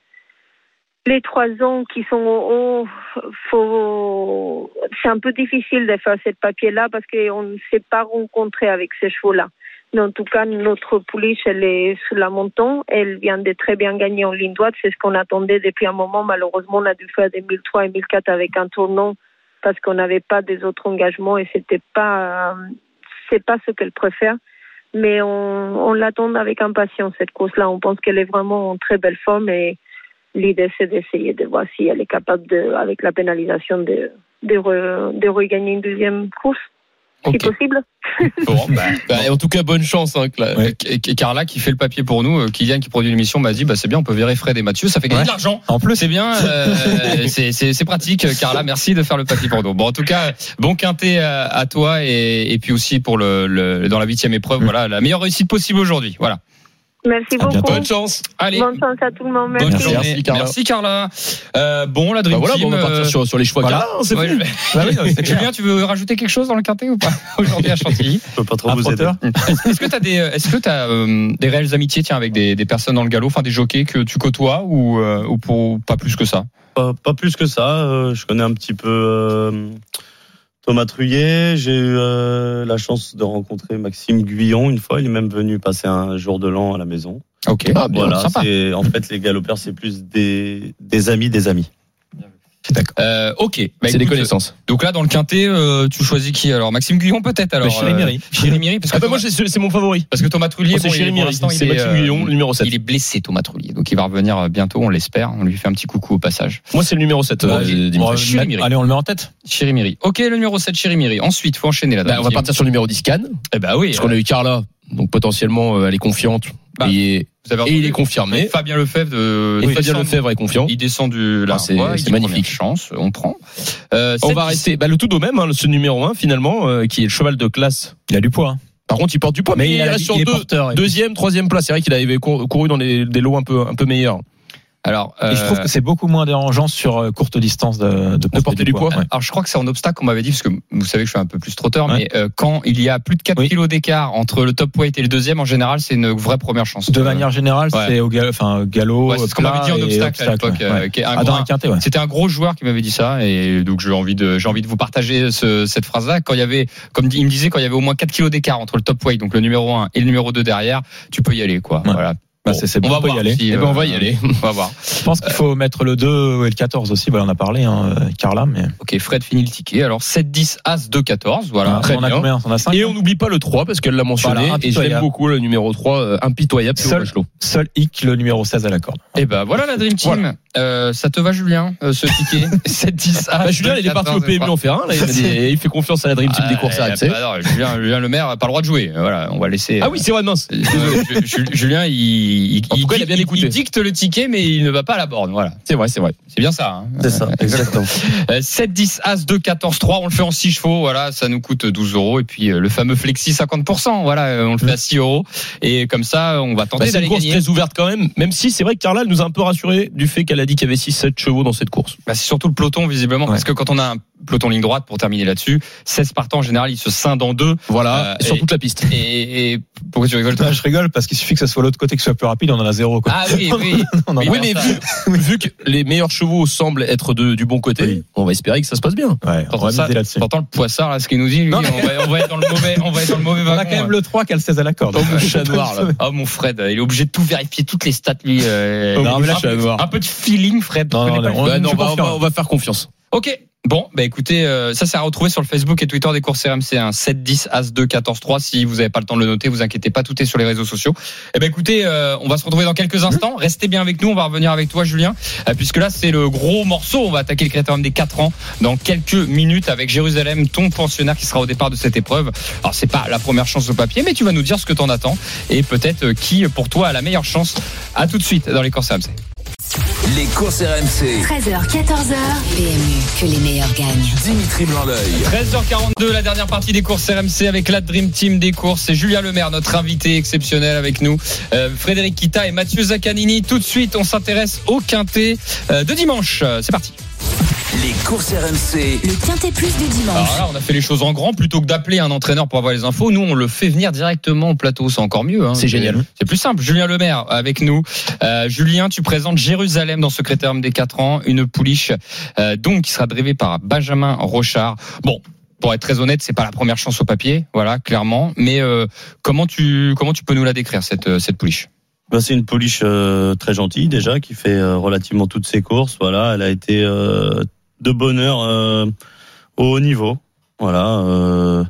Speaker 7: Les trois ans qui sont au haut, faut, c'est un peu difficile de faire ce papier-là parce qu'on ne s'est pas rencontré avec ces chevaux-là. Mais en tout cas, notre pouliche, elle est sous la montant. Elle vient de très bien gagner en ligne droite. C'est ce qu'on attendait depuis un moment. Malheureusement, on a dû faire des 1003 et 1004 avec un tournant parce qu'on n'avait pas des autres engagements et c'était pas euh, c'est pas ce qu'elle préfère mais on, on l'attend avec impatience cette course là on pense qu'elle est vraiment en très belle forme et l'idée c'est d'essayer de voir si elle est capable de avec la pénalisation de de, re- de regagner une deuxième course
Speaker 3: Ok.
Speaker 7: si possible
Speaker 3: Bon, bah,
Speaker 4: Bah, et en tout cas, bonne chance, hein, Cla-
Speaker 5: Ouais.
Speaker 3: Et- et Euh, Carla qui fait le papier pour nous, euh, Kylian qui produit l'émission m'a dit bah c'est bien, on peut virer Fred et Mathieu, ça fait gagner
Speaker 5: Ouais.
Speaker 3: de l'argent.
Speaker 5: En plus,
Speaker 3: C'est bien, euh, c'est- c'est c'est pratique. euh, Carla, merci de faire le papier pour nous. Bon, en tout cas, bon quintet à, à toi et, et puis aussi pour le, le- dans la huitième épreuve, voilà la meilleure réussite possible aujourd'hui. Voilà.
Speaker 7: merci
Speaker 5: À bientôt.
Speaker 7: beaucoup
Speaker 4: Bonne chance.
Speaker 3: Ah, Allez.
Speaker 7: bonne chance à tout le monde
Speaker 3: Bonne
Speaker 7: merci
Speaker 3: journée.
Speaker 4: Merci, Carla.
Speaker 3: Merci Carla. Euh, bon, la Dream
Speaker 4: Bah voilà,
Speaker 3: Team.
Speaker 4: bon, on va
Speaker 3: euh,
Speaker 4: partir sur, sur les choix.
Speaker 5: voilà.
Speaker 4: Cala, hein, c'est
Speaker 3: ouais,
Speaker 4: fini.
Speaker 5: Bah oui, non, c'est clair.
Speaker 3: Julien, tu veux rajouter quelque chose dans le quintet ou pas aujourd'hui à Chantilly
Speaker 6: Je peux pas trop
Speaker 5: Un
Speaker 6: vous aider.
Speaker 5: frotteur.
Speaker 3: Est-ce que t'as des, est-ce que t'as euh, des réelles amitiés, tiens, avec des, des personnes dans le galop, enfin des jockeys que tu côtoies ou, euh, ou pour pas plus que ça
Speaker 6: Pas, pas plus que ça. euh, je connais un petit peu euh, Thomas Truyer. J'ai eu euh, la chance de rencontrer Maxime Guyon une fois. Il est même venu passer un jour de l'an à la maison.
Speaker 3: Ok.
Speaker 4: Ah, bien,
Speaker 6: voilà.
Speaker 3: sympa.
Speaker 6: c'est- En fait, les galopeurs, c'est plus des, des amis, des amis.
Speaker 3: Euh, ok. Bah,
Speaker 4: C'est des
Speaker 3: écoute,
Speaker 4: connaissances.
Speaker 3: Donc là, dans le quintet, euh, tu choisis qui alors Maxime Guillon peut-être alors.
Speaker 5: Bah, Chirimiri.
Speaker 3: Chirimiri, parce que
Speaker 4: Ah bah moi,
Speaker 3: Thomas-
Speaker 4: j'ai- c'est c'est mon favori.
Speaker 3: parce que Thomas Trullier,
Speaker 4: Moi, c'est
Speaker 3: bon, il-
Speaker 4: Chéri
Speaker 3: pour
Speaker 4: Miri.
Speaker 3: l'instant, il
Speaker 4: C'est
Speaker 3: est,
Speaker 4: Maxime
Speaker 3: euh,
Speaker 4: Guillon, le numéro 7.
Speaker 3: Il est blessé, Thomas Trullier, donc il va revenir euh, bientôt, on l'espère. On lui fait un petit coucou au passage.
Speaker 4: Moi, c'est le numéro 7.
Speaker 3: Bon,
Speaker 4: euh,
Speaker 3: ok.
Speaker 4: dimanche.
Speaker 3: Bon,
Speaker 5: Bon,
Speaker 3: Chimiri.
Speaker 5: Allez, on le met en tête.
Speaker 3: Chirimiri. Ok, le numéro 7, Chirimiri. Ensuite, faut enchaîner là.
Speaker 4: Bah, on va partir sur le numéro 10 Cannes,
Speaker 3: Eh bah oui.
Speaker 4: parce qu'on a eu Carla, donc potentiellement euh, elle est confiante
Speaker 3: Bah,
Speaker 4: et, et
Speaker 3: vous avez
Speaker 4: il est
Speaker 3: entendu
Speaker 4: confirmé.
Speaker 3: Fabien Lefebvre de.
Speaker 4: Et
Speaker 3: Oui,
Speaker 4: Fabien
Speaker 3: descend-
Speaker 4: Lefebvre est confiant.
Speaker 3: Il descend du. Là,
Speaker 4: Ah, c'est-
Speaker 3: Ouais, il
Speaker 4: c'est
Speaker 3: dit
Speaker 4: magnifique.
Speaker 3: première Chance, on prend. Euh,
Speaker 4: On
Speaker 3: sept,
Speaker 4: va
Speaker 3: dix-
Speaker 4: rester bah, le tout au même, hein, ce numéro 1 finalement, euh, qui est le cheval de classe.
Speaker 5: Il a du poids. hein.
Speaker 4: Par contre, il porte du poids, mais, il,
Speaker 5: a-
Speaker 4: reste sur
Speaker 5: est
Speaker 4: deux,
Speaker 5: porteur, et-
Speaker 4: deuxième, troisième place. C'est vrai qu'il avait cour- couru dans des, des lots un peu, un peu meilleurs.
Speaker 3: Alors,
Speaker 5: Et je trouve
Speaker 3: euh,
Speaker 5: que c'est beaucoup moins dérangeant sur euh, courte distance de, de
Speaker 4: porter du poids.
Speaker 5: ouais.
Speaker 3: Alors je crois que c'est en obstacle qu'on m'avait dit parce que vous savez que je suis un peu plus trotteur
Speaker 5: Ouais.
Speaker 3: mais euh, quand il y a plus de 4
Speaker 5: Oui.
Speaker 3: kilos d'écart entre le top weight et le deuxième en général c'est une vraie première chance.
Speaker 5: De
Speaker 3: Euh,
Speaker 5: manière générale,
Speaker 3: ouais.
Speaker 5: c'est au galop, enfin, galop
Speaker 3: ouais, c'est ce qu'on
Speaker 5: plat
Speaker 3: m'avait dit en
Speaker 5: et
Speaker 3: obstacle à l'époque
Speaker 5: ouais.
Speaker 3: euh, qui est un
Speaker 5: Ah,
Speaker 3: gros-
Speaker 5: dans un quintet, ouais.
Speaker 3: C'était un gros joueur qui m'avait dit ça et donc j'ai envie de j'ai envie de vous partager ce- cette phrase là quand il y avait comme il me disait quand il y avait au moins 4 kilos d'écart entre le top weight donc le numéro 1 et le numéro 2 derrière, tu peux y aller quoi.
Speaker 5: Ouais.
Speaker 3: Voilà.
Speaker 5: Bah,
Speaker 3: Bon,
Speaker 5: c'est- c'est
Speaker 3: on
Speaker 5: bon,
Speaker 3: va
Speaker 5: on peut y
Speaker 3: voir
Speaker 5: aller.
Speaker 3: si,
Speaker 4: Eh ben, on va y
Speaker 3: euh,
Speaker 4: aller.
Speaker 3: On va voir.
Speaker 5: Je pense qu'il faut mettre le 2 et le 14 aussi. Voilà, on a parlé, hein, euh, Carla, mais.
Speaker 3: OK, Fred finit le ticket. Alors 7 10 as 2 14, voilà.
Speaker 5: Ah,
Speaker 4: très
Speaker 5: on a
Speaker 4: bien.
Speaker 5: combien On a hein. 5
Speaker 4: Et on n'oublie pas le 3 parce qu'elle l'a mentionné
Speaker 5: Voilà,
Speaker 4: et j'aime
Speaker 5: impitoyable.
Speaker 4: beaucoup le numéro 3 euh, impitoyable Théo
Speaker 5: Seul.
Speaker 4: Bachelot.
Speaker 5: Seul hic, le numéro 16 à la corde.
Speaker 3: Et ben voilà la Dream Team. Euh, ça te va Julien euh, ce ticket 7 10
Speaker 4: Bah, Julien, il est parti au PMU en faire un, là, il, m'a dit, et il fait confiance à la Dream Team des courses à
Speaker 3: ah,
Speaker 4: axes.
Speaker 3: bah, non, Julien, Julien Le Maire a pas le droit de jouer. Euh, Voilà, on va laisser.
Speaker 4: Ah oui, c'est vrai, mince.
Speaker 3: Euh, Ju- Ju- Julien, il, il,
Speaker 4: En tout cas, il a bien
Speaker 3: il-
Speaker 4: écouté.
Speaker 3: il dicte le ticket, mais il ne va pas à la borne. Voilà,
Speaker 4: C'est vrai, c'est vrai.
Speaker 3: c'est bien ça. hein.
Speaker 6: C'est ça, exactement.
Speaker 3: 7, 10, As, 2, 14, 3. On le fait en 6 chevaux. Voilà, ça nous coûte 12 euros. Et puis euh, le fameux Flexi 50%. Voilà, euh, on le fait à 6 euros. Et comme ça, on va
Speaker 4: Bah,
Speaker 3: tenter
Speaker 4: c'est une
Speaker 3: d'aller
Speaker 4: course
Speaker 3: gagner.
Speaker 4: très ouverte quand même, même si c'est vrai que Carla elle nous a un peu rassuré du fait qu'elle a dit qu'il y avait 6-7 chevaux dans cette course.
Speaker 3: Bah, c'est surtout le peloton, visiblement.
Speaker 5: Ouais.
Speaker 3: Parce que quand on a un peloton ligne droite, pour terminer là-dessus, 16 partants, en général, ils se scindent en deux.
Speaker 4: Voilà,
Speaker 3: Euh,
Speaker 4: sur
Speaker 3: et-
Speaker 4: toute la piste.
Speaker 3: Et, et pourquoi tu rigoles toi
Speaker 5: Ah, Je rigole parce qu'il suffit que ça soit l'autre côté que ce soit plus rapide, on en a zéro. Quoi.
Speaker 3: Ah oui, oui.
Speaker 5: On en a
Speaker 3: oui,
Speaker 4: Oui,
Speaker 3: alors
Speaker 4: mais
Speaker 3: ça-
Speaker 4: vu, vu que les meilleurs chevaux semblent être de- du bon côté,
Speaker 5: Oui.
Speaker 4: on va espérer que ça se passe bien.
Speaker 5: Ouais, on
Speaker 3: T'entends
Speaker 5: va
Speaker 3: Ah, ça,
Speaker 5: miser là-dessus.
Speaker 3: t'entends le poissard là, ce qu'il nous dit, lui,
Speaker 5: Non, mais-
Speaker 3: on, va, on va être dans le mauvais, on va être dans le mauvais
Speaker 5: On
Speaker 3: wagon.
Speaker 5: a quand même le 3 qui a le 16 à la corde.
Speaker 4: Oh, mon chat noir, là.
Speaker 3: Oh mon Fred, il est obligé de tout vérifier, toutes les stats lui. euh,
Speaker 5: Oh, non, mais là,
Speaker 3: un,
Speaker 5: je suis à
Speaker 3: peu-
Speaker 5: voir.
Speaker 3: un peu de feeling Fred.
Speaker 5: Non,
Speaker 3: tu connais
Speaker 5: non,
Speaker 3: pas
Speaker 5: On-
Speaker 4: Bah non,
Speaker 5: je suis
Speaker 4: bah, on, va,
Speaker 5: confiant.
Speaker 4: on va faire confiance.
Speaker 3: Ok. Bon, bah écoutez, euh, ça c'est à retrouver sur le Facebook et Twitter des courses RMC, hein, 7, 10, As, 2, 14, 3. Si vous n'avez pas le temps de le noter, vous inquiétez pas, tout est sur les réseaux sociaux. Eh ben écoutez, euh, on va se retrouver dans quelques instants. Restez bien avec nous, on va revenir avec toi Julien, euh, puisque là c'est le gros morceau. On va attaquer le critérium des 4 ans dans quelques minutes avec Jérusalem, ton pensionnaire qui sera au départ de cette épreuve. Alors c'est pas la première chance au papier, mais tu vas nous dire ce que t'en attends et peut-être euh, qui pour toi a la meilleure chance. À tout de suite dans les courses RMC.
Speaker 1: Les courses RMC.
Speaker 2: 13h, 14h, PMU, que les meilleurs gagnent.
Speaker 1: Dimitri Blanc-L'œil.
Speaker 3: 13h42, la dernière partie des courses RMC avec la Dream Team des courses. C'est Julien Lemaire, notre invité exceptionnel avec nous. Euh, Frédéric Kita et Mathieu Zaccanini. Tout de suite, on s'intéresse au quintet euh, de dimanche. Euh, C'est parti.
Speaker 1: Les courses RMC.
Speaker 2: Le Quintet Plus du dimanche.
Speaker 3: Alors là, Ah, on a fait les choses en grand. Plutôt que d'appeler un entraîneur pour avoir les infos, nous, on le fait venir directement au plateau. C'est encore mieux. hein.
Speaker 4: C'est génial.
Speaker 3: C'est plus simple. Julien Lemaire avec nous. Euh, Julien, tu présentes Jérusalem dans ce critérium des 4 ans. Une pouliche, euh, donc, qui sera drivée par Benjamin Rochard. Bon. Pour être très honnête, c'est pas la première chance au papier, voilà, clairement. Mais euh, comment tu comment tu peux nous la décrire cette euh, cette pouliche
Speaker 6: Ben, c'est une pouliche euh, très gentille déjà qui fait euh, relativement toutes ses courses. Voilà, elle a été euh, de bonheur au haut niveau. Voilà. euh,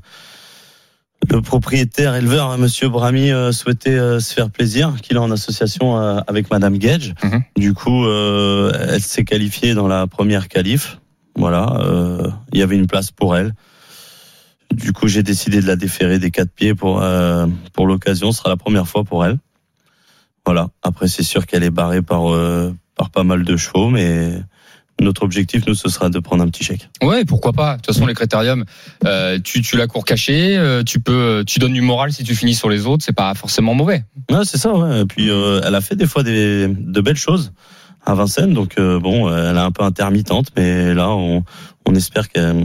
Speaker 6: le propriétaire éleveur, hein, Monsieur Brami, euh, souhaitait euh, se faire plaisir, qu'il est en association euh, avec Madame Gage.
Speaker 3: Mhm.
Speaker 6: Du coup, euh, elle s'est qualifiée dans la première qualif. Voilà, euh, il y avait une place pour elle. Du coup, j'ai décidé de la déférer des quatre pieds pour euh, pour l'occasion. Ce sera la première fois pour elle. Voilà. Après, c'est sûr qu'elle est barrée par euh, par pas mal de chevaux, mais notre objectif, nous, ce sera de prendre un petit chèque.
Speaker 3: Ouais, pourquoi pas. De toute façon, les critériums, euh, tu tu la cours cachée, euh, tu peux tu donnes du moral si tu finis sur les autres, c'est pas forcément mauvais.
Speaker 6: Ouais, c'est ça. Ouais. Et puis, euh, elle a fait des fois des de belles choses à Vincennes. Donc euh, bon, euh, elle est un peu intermittente, mais là, on on espère que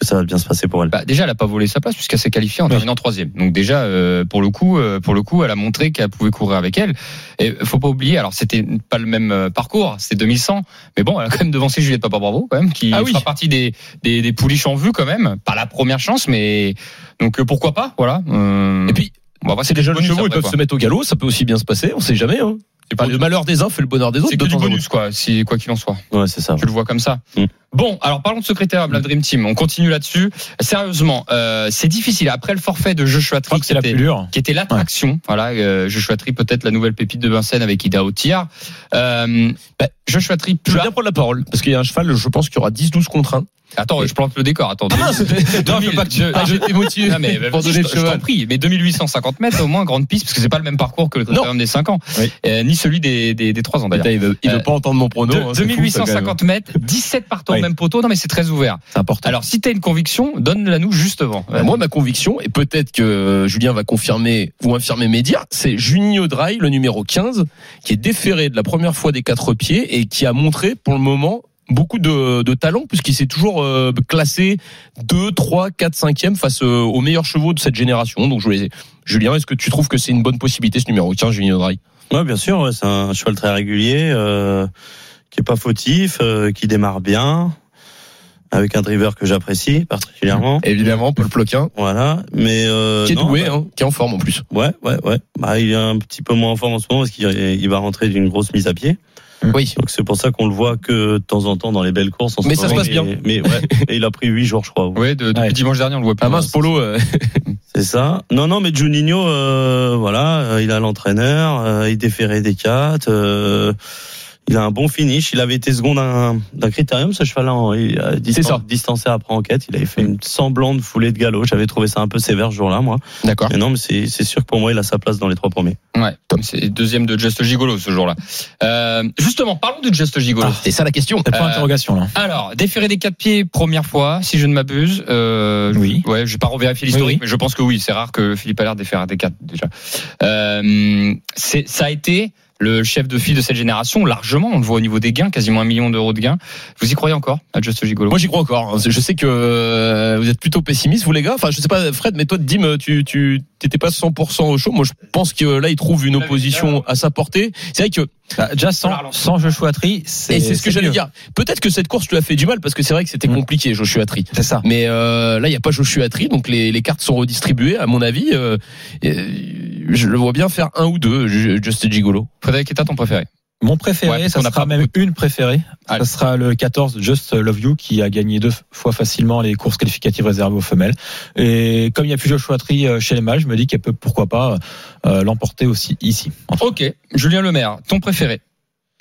Speaker 6: que ça va bien se passer pour elle.
Speaker 3: Bah, déjà, elle a pas volé sa place puisqu'elle s'est qualifiée en terminant troisième. Donc déjà, euh, pour le coup, euh, pour le coup, elle a montré qu'elle pouvait courir avec elle. Et faut pas oublier, alors c'était pas le même euh, parcours, c'est 2100, mais bon, elle a quand même devancé Juliette Papa Bravo quand même, qui
Speaker 5: Ah oui.
Speaker 3: fera partie des, des des pouliches en vue quand même. Pas la première chance, mais donc euh, pourquoi pas, voilà. Euh,
Speaker 4: Et puis, bah,
Speaker 3: on va voir si
Speaker 4: c'est
Speaker 3: des
Speaker 4: des jeunes
Speaker 3: bonus
Speaker 4: chevaux,
Speaker 3: après,
Speaker 4: ils peuvent
Speaker 3: quoi.
Speaker 4: se mettre au galop, ça peut aussi bien se passer, on sait jamais. Hein.
Speaker 3: C'est
Speaker 4: Enfin,
Speaker 3: pour-
Speaker 4: le malheur des uns fait le bonheur des autres.
Speaker 3: c'est
Speaker 4: de
Speaker 3: que du
Speaker 4: temps en temps.
Speaker 3: bonus quoi, si quoi qu'il en soit.
Speaker 6: Ouais, c'est ça.
Speaker 3: Tu le vois comme ça.
Speaker 6: Mm.
Speaker 3: Bon, alors parlons de secrétaire
Speaker 4: Mm.
Speaker 3: la Dream Team. On continue là-dessus. Sérieusement, euh, c'est difficile. Après le forfait de Joshua
Speaker 5: Je crois
Speaker 3: Tree,
Speaker 4: Oh,
Speaker 5: que c'est la
Speaker 3: qui
Speaker 5: plus
Speaker 3: était-
Speaker 5: dure.
Speaker 3: qui était l'attraction. Voilà, euh, Joshua Tree, peut-être la nouvelle pépite de Vincennes avec Ida Otiar. Euh, bah, Joshua Tree, tu
Speaker 4: Je veux
Speaker 3: as-
Speaker 4: bien prendre la parole, parce qu'il y a un cheval, je pense qu'il y aura 10-12 contre 1.
Speaker 3: Attends, je plante le décor. Attends.
Speaker 4: Ah,
Speaker 3: deux-
Speaker 4: non, je veux pas que tu.
Speaker 3: deux-
Speaker 4: Ah, j'étais motivé
Speaker 3: Non, mais,
Speaker 4: pour
Speaker 3: vas-y,
Speaker 4: donner
Speaker 3: je
Speaker 4: le
Speaker 3: t'en- je t'en
Speaker 4: cheval.
Speaker 3: prie, mais 2850 mètres au moins, grande piste, parce que c'est pas le même parcours que le critérium des 5 ans,
Speaker 4: Oui.
Speaker 3: Euh, ni celui des, des, des 3 ans d'ailleurs.
Speaker 4: Putain, Bah, Il veut, il veut
Speaker 3: Euh,
Speaker 4: pas entendre mon prono.
Speaker 3: De-
Speaker 4: hein, c'est fou, ça, quand même.
Speaker 3: 2850 mètres, 17 partants au
Speaker 5: Oui.
Speaker 3: même poteau. Non, mais c'est très ouvert.
Speaker 5: C'est important.
Speaker 3: Alors, si t'as une conviction, donne-la nous juste avant.
Speaker 4: Bah, moi, ma conviction, et peut-être que euh, Julien va confirmer ou infirmer mes dires, c'est Junio Dry, le numéro 15, qui est déféré de la première fois des quatre pieds et qui a montré pour le moment beaucoup de, de talent puisqu'il s'est toujours euh, classé 2, 3, 4, 5e face euh, aux meilleurs chevaux de cette génération. Donc, je voulais... Julien, est-ce que tu trouves que c'est une bonne possibilité ce numéro 15, Junio Dry
Speaker 6: Ouais, bien sûr. ouais, c'est un cheval très régulier, euh, qui est pas fautif, euh, qui démarre bien, avec un driver que j'apprécie particulièrement.
Speaker 4: Évidemment, Paul Ploquin,
Speaker 6: Voilà, mais euh,
Speaker 4: qui est
Speaker 6: non,
Speaker 4: doué,
Speaker 6: bah,
Speaker 4: hein, qui est en forme en plus.
Speaker 6: Ouais, ouais, ouais. Bah, il est un petit peu moins en forme en ce moment parce qu'il il va rentrer d'une grosse mise à pied.
Speaker 4: Oui.
Speaker 6: Donc c'est pour ça qu'on le voit que de temps en temps dans les belles courses. En ce
Speaker 4: Mais ça se
Speaker 6: moment,
Speaker 4: passe bien.
Speaker 6: Mais ouais, et il a pris huit jours, je crois.
Speaker 3: Ouais, de, depuis
Speaker 5: Ouais.
Speaker 3: dimanche dernier, on le voit plus.
Speaker 4: Ah mince, Polo, euh,
Speaker 6: C'est ça. Non, non, mais Juninho, euh, voilà, euh, il a l'entraîneur, euh, il déférait des quatre, euh, il a un bon finish. Il avait été second d'un d'un critérium, ce cheval-là. en- il a distan-
Speaker 4: C'est ça.
Speaker 6: Distancé après enquête, il avait fait une semblante foulée de galop. J'avais trouvé ça un peu sévère ce jour-là, moi.
Speaker 4: d'accord.
Speaker 6: Mais non, mais c'est c'est sûr que pour moi, il a sa place dans les trois premiers.
Speaker 3: Ouais, c'est deuxième de Just Gigolo ce jour-là. Euh, justement, parlons de Just Gigolo.
Speaker 5: Ah.
Speaker 4: C'est ça la question.
Speaker 5: C'est pas
Speaker 3: Euh,
Speaker 5: interrogation là.
Speaker 3: Alors, déféré des quatre pieds, première fois, si je ne m'abuse. Euh,
Speaker 5: Oui.
Speaker 3: Ouais, j'ai pas revérifié l'historique,
Speaker 5: Oui, oui.
Speaker 3: mais je pense que oui. C'est rare que Philippe Allaire défère des quatre déjà. Euh, c'est, ça a été le chef de file de cette génération largement. On le voit au niveau des gains, quasiment un million d'euros de gains. Vous y croyez encore à Just Gigolo
Speaker 4: Moi j'y crois encore. hein. Je sais que euh, vous êtes plutôt pessimiste, vous les gars. Enfin, je sais pas, Fred, mais toi, Dim, tu tu t'étais pas 100% au chaud. Moi, je pense que euh, là, il trouve une opposition à sa portée. C'est vrai que
Speaker 5: Bah, déjà sans, sans Joshua Tree, c'est
Speaker 4: et c'est ce que j'allais
Speaker 5: mieux.
Speaker 4: dire. Peut-être que cette course lui a fait du mal parce que c'est vrai que c'était
Speaker 5: Mm.
Speaker 4: compliqué, Joshua Tree.
Speaker 5: C'est ça.
Speaker 4: Mais euh, là, il y a pas Joshua Tree, donc les, les cartes sont redistribuées. À mon avis, euh, euh, je le vois bien faire un ou deux. Ju- Just Gigolo.
Speaker 3: Frédéric Etat, ton préféré
Speaker 5: Mon
Speaker 3: Ouais,
Speaker 5: préféré,
Speaker 3: parce
Speaker 5: ça
Speaker 3: qu'on a
Speaker 5: sera
Speaker 3: pas
Speaker 5: même une préférée.
Speaker 3: Allez.
Speaker 5: Ça sera le 14 Just Love You qui a gagné deux fois facilement les courses qualificatives réservées aux femelles. Et comme il n'y a plus Joshua Tree euh, chez les mâles, je me dis qu'elle peut pourquoi pas euh, l'emporter aussi ici.
Speaker 3: Ok, Julien Lemaire, ton préféré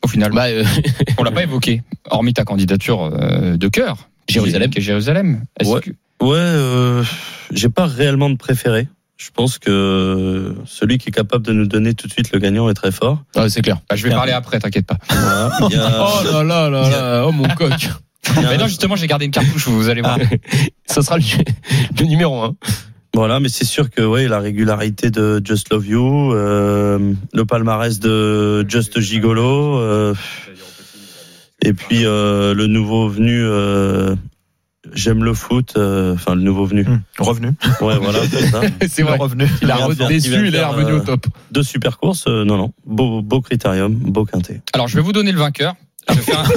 Speaker 3: au final
Speaker 4: Bah, euh,
Speaker 3: On l'a pas évoqué, hormis ta candidature euh, de cœur.
Speaker 4: Jérusalem.
Speaker 3: Qui est Jérusalem. Est-ce
Speaker 6: Ouais.
Speaker 3: que-
Speaker 6: Ouais, euh, j'ai pas réellement de préféré. Je pense que celui qui est capable de nous donner tout de suite le gagnant est très fort.
Speaker 4: Ah, c'est clair.
Speaker 3: Ah, je vais parler après, t'inquiète pas.
Speaker 6: Voilà. Il y a-
Speaker 4: Oh là là là là, oh mon coq.
Speaker 6: il y a-
Speaker 3: Mais non, justement, j'ai gardé une cartouche, vous allez
Speaker 4: Ah.
Speaker 3: voir.
Speaker 4: Ça sera le, le numéro 1.
Speaker 6: Voilà, mais c'est sûr que ouais, la régularité de Just Love You, euh, le palmarès de Just Gigolo, euh, et puis euh, le nouveau venu, euh, j'aime le foot, euh, enfin le nouveau venu.
Speaker 5: Revenu.
Speaker 6: Ouais, voilà, c'est ça.
Speaker 4: C'est
Speaker 5: Le
Speaker 4: vrai.
Speaker 5: revenu.
Speaker 4: Il a
Speaker 6: Il vient de faire- il vient
Speaker 4: redéçu,
Speaker 6: de
Speaker 4: il est
Speaker 6: faire,
Speaker 4: revenu
Speaker 6: euh,
Speaker 4: au top.
Speaker 6: Deux super courses, euh, non, non, beau, beau critérium, beau quintet.
Speaker 3: Alors, je vais vous donner le vainqueur. Je vais faire, je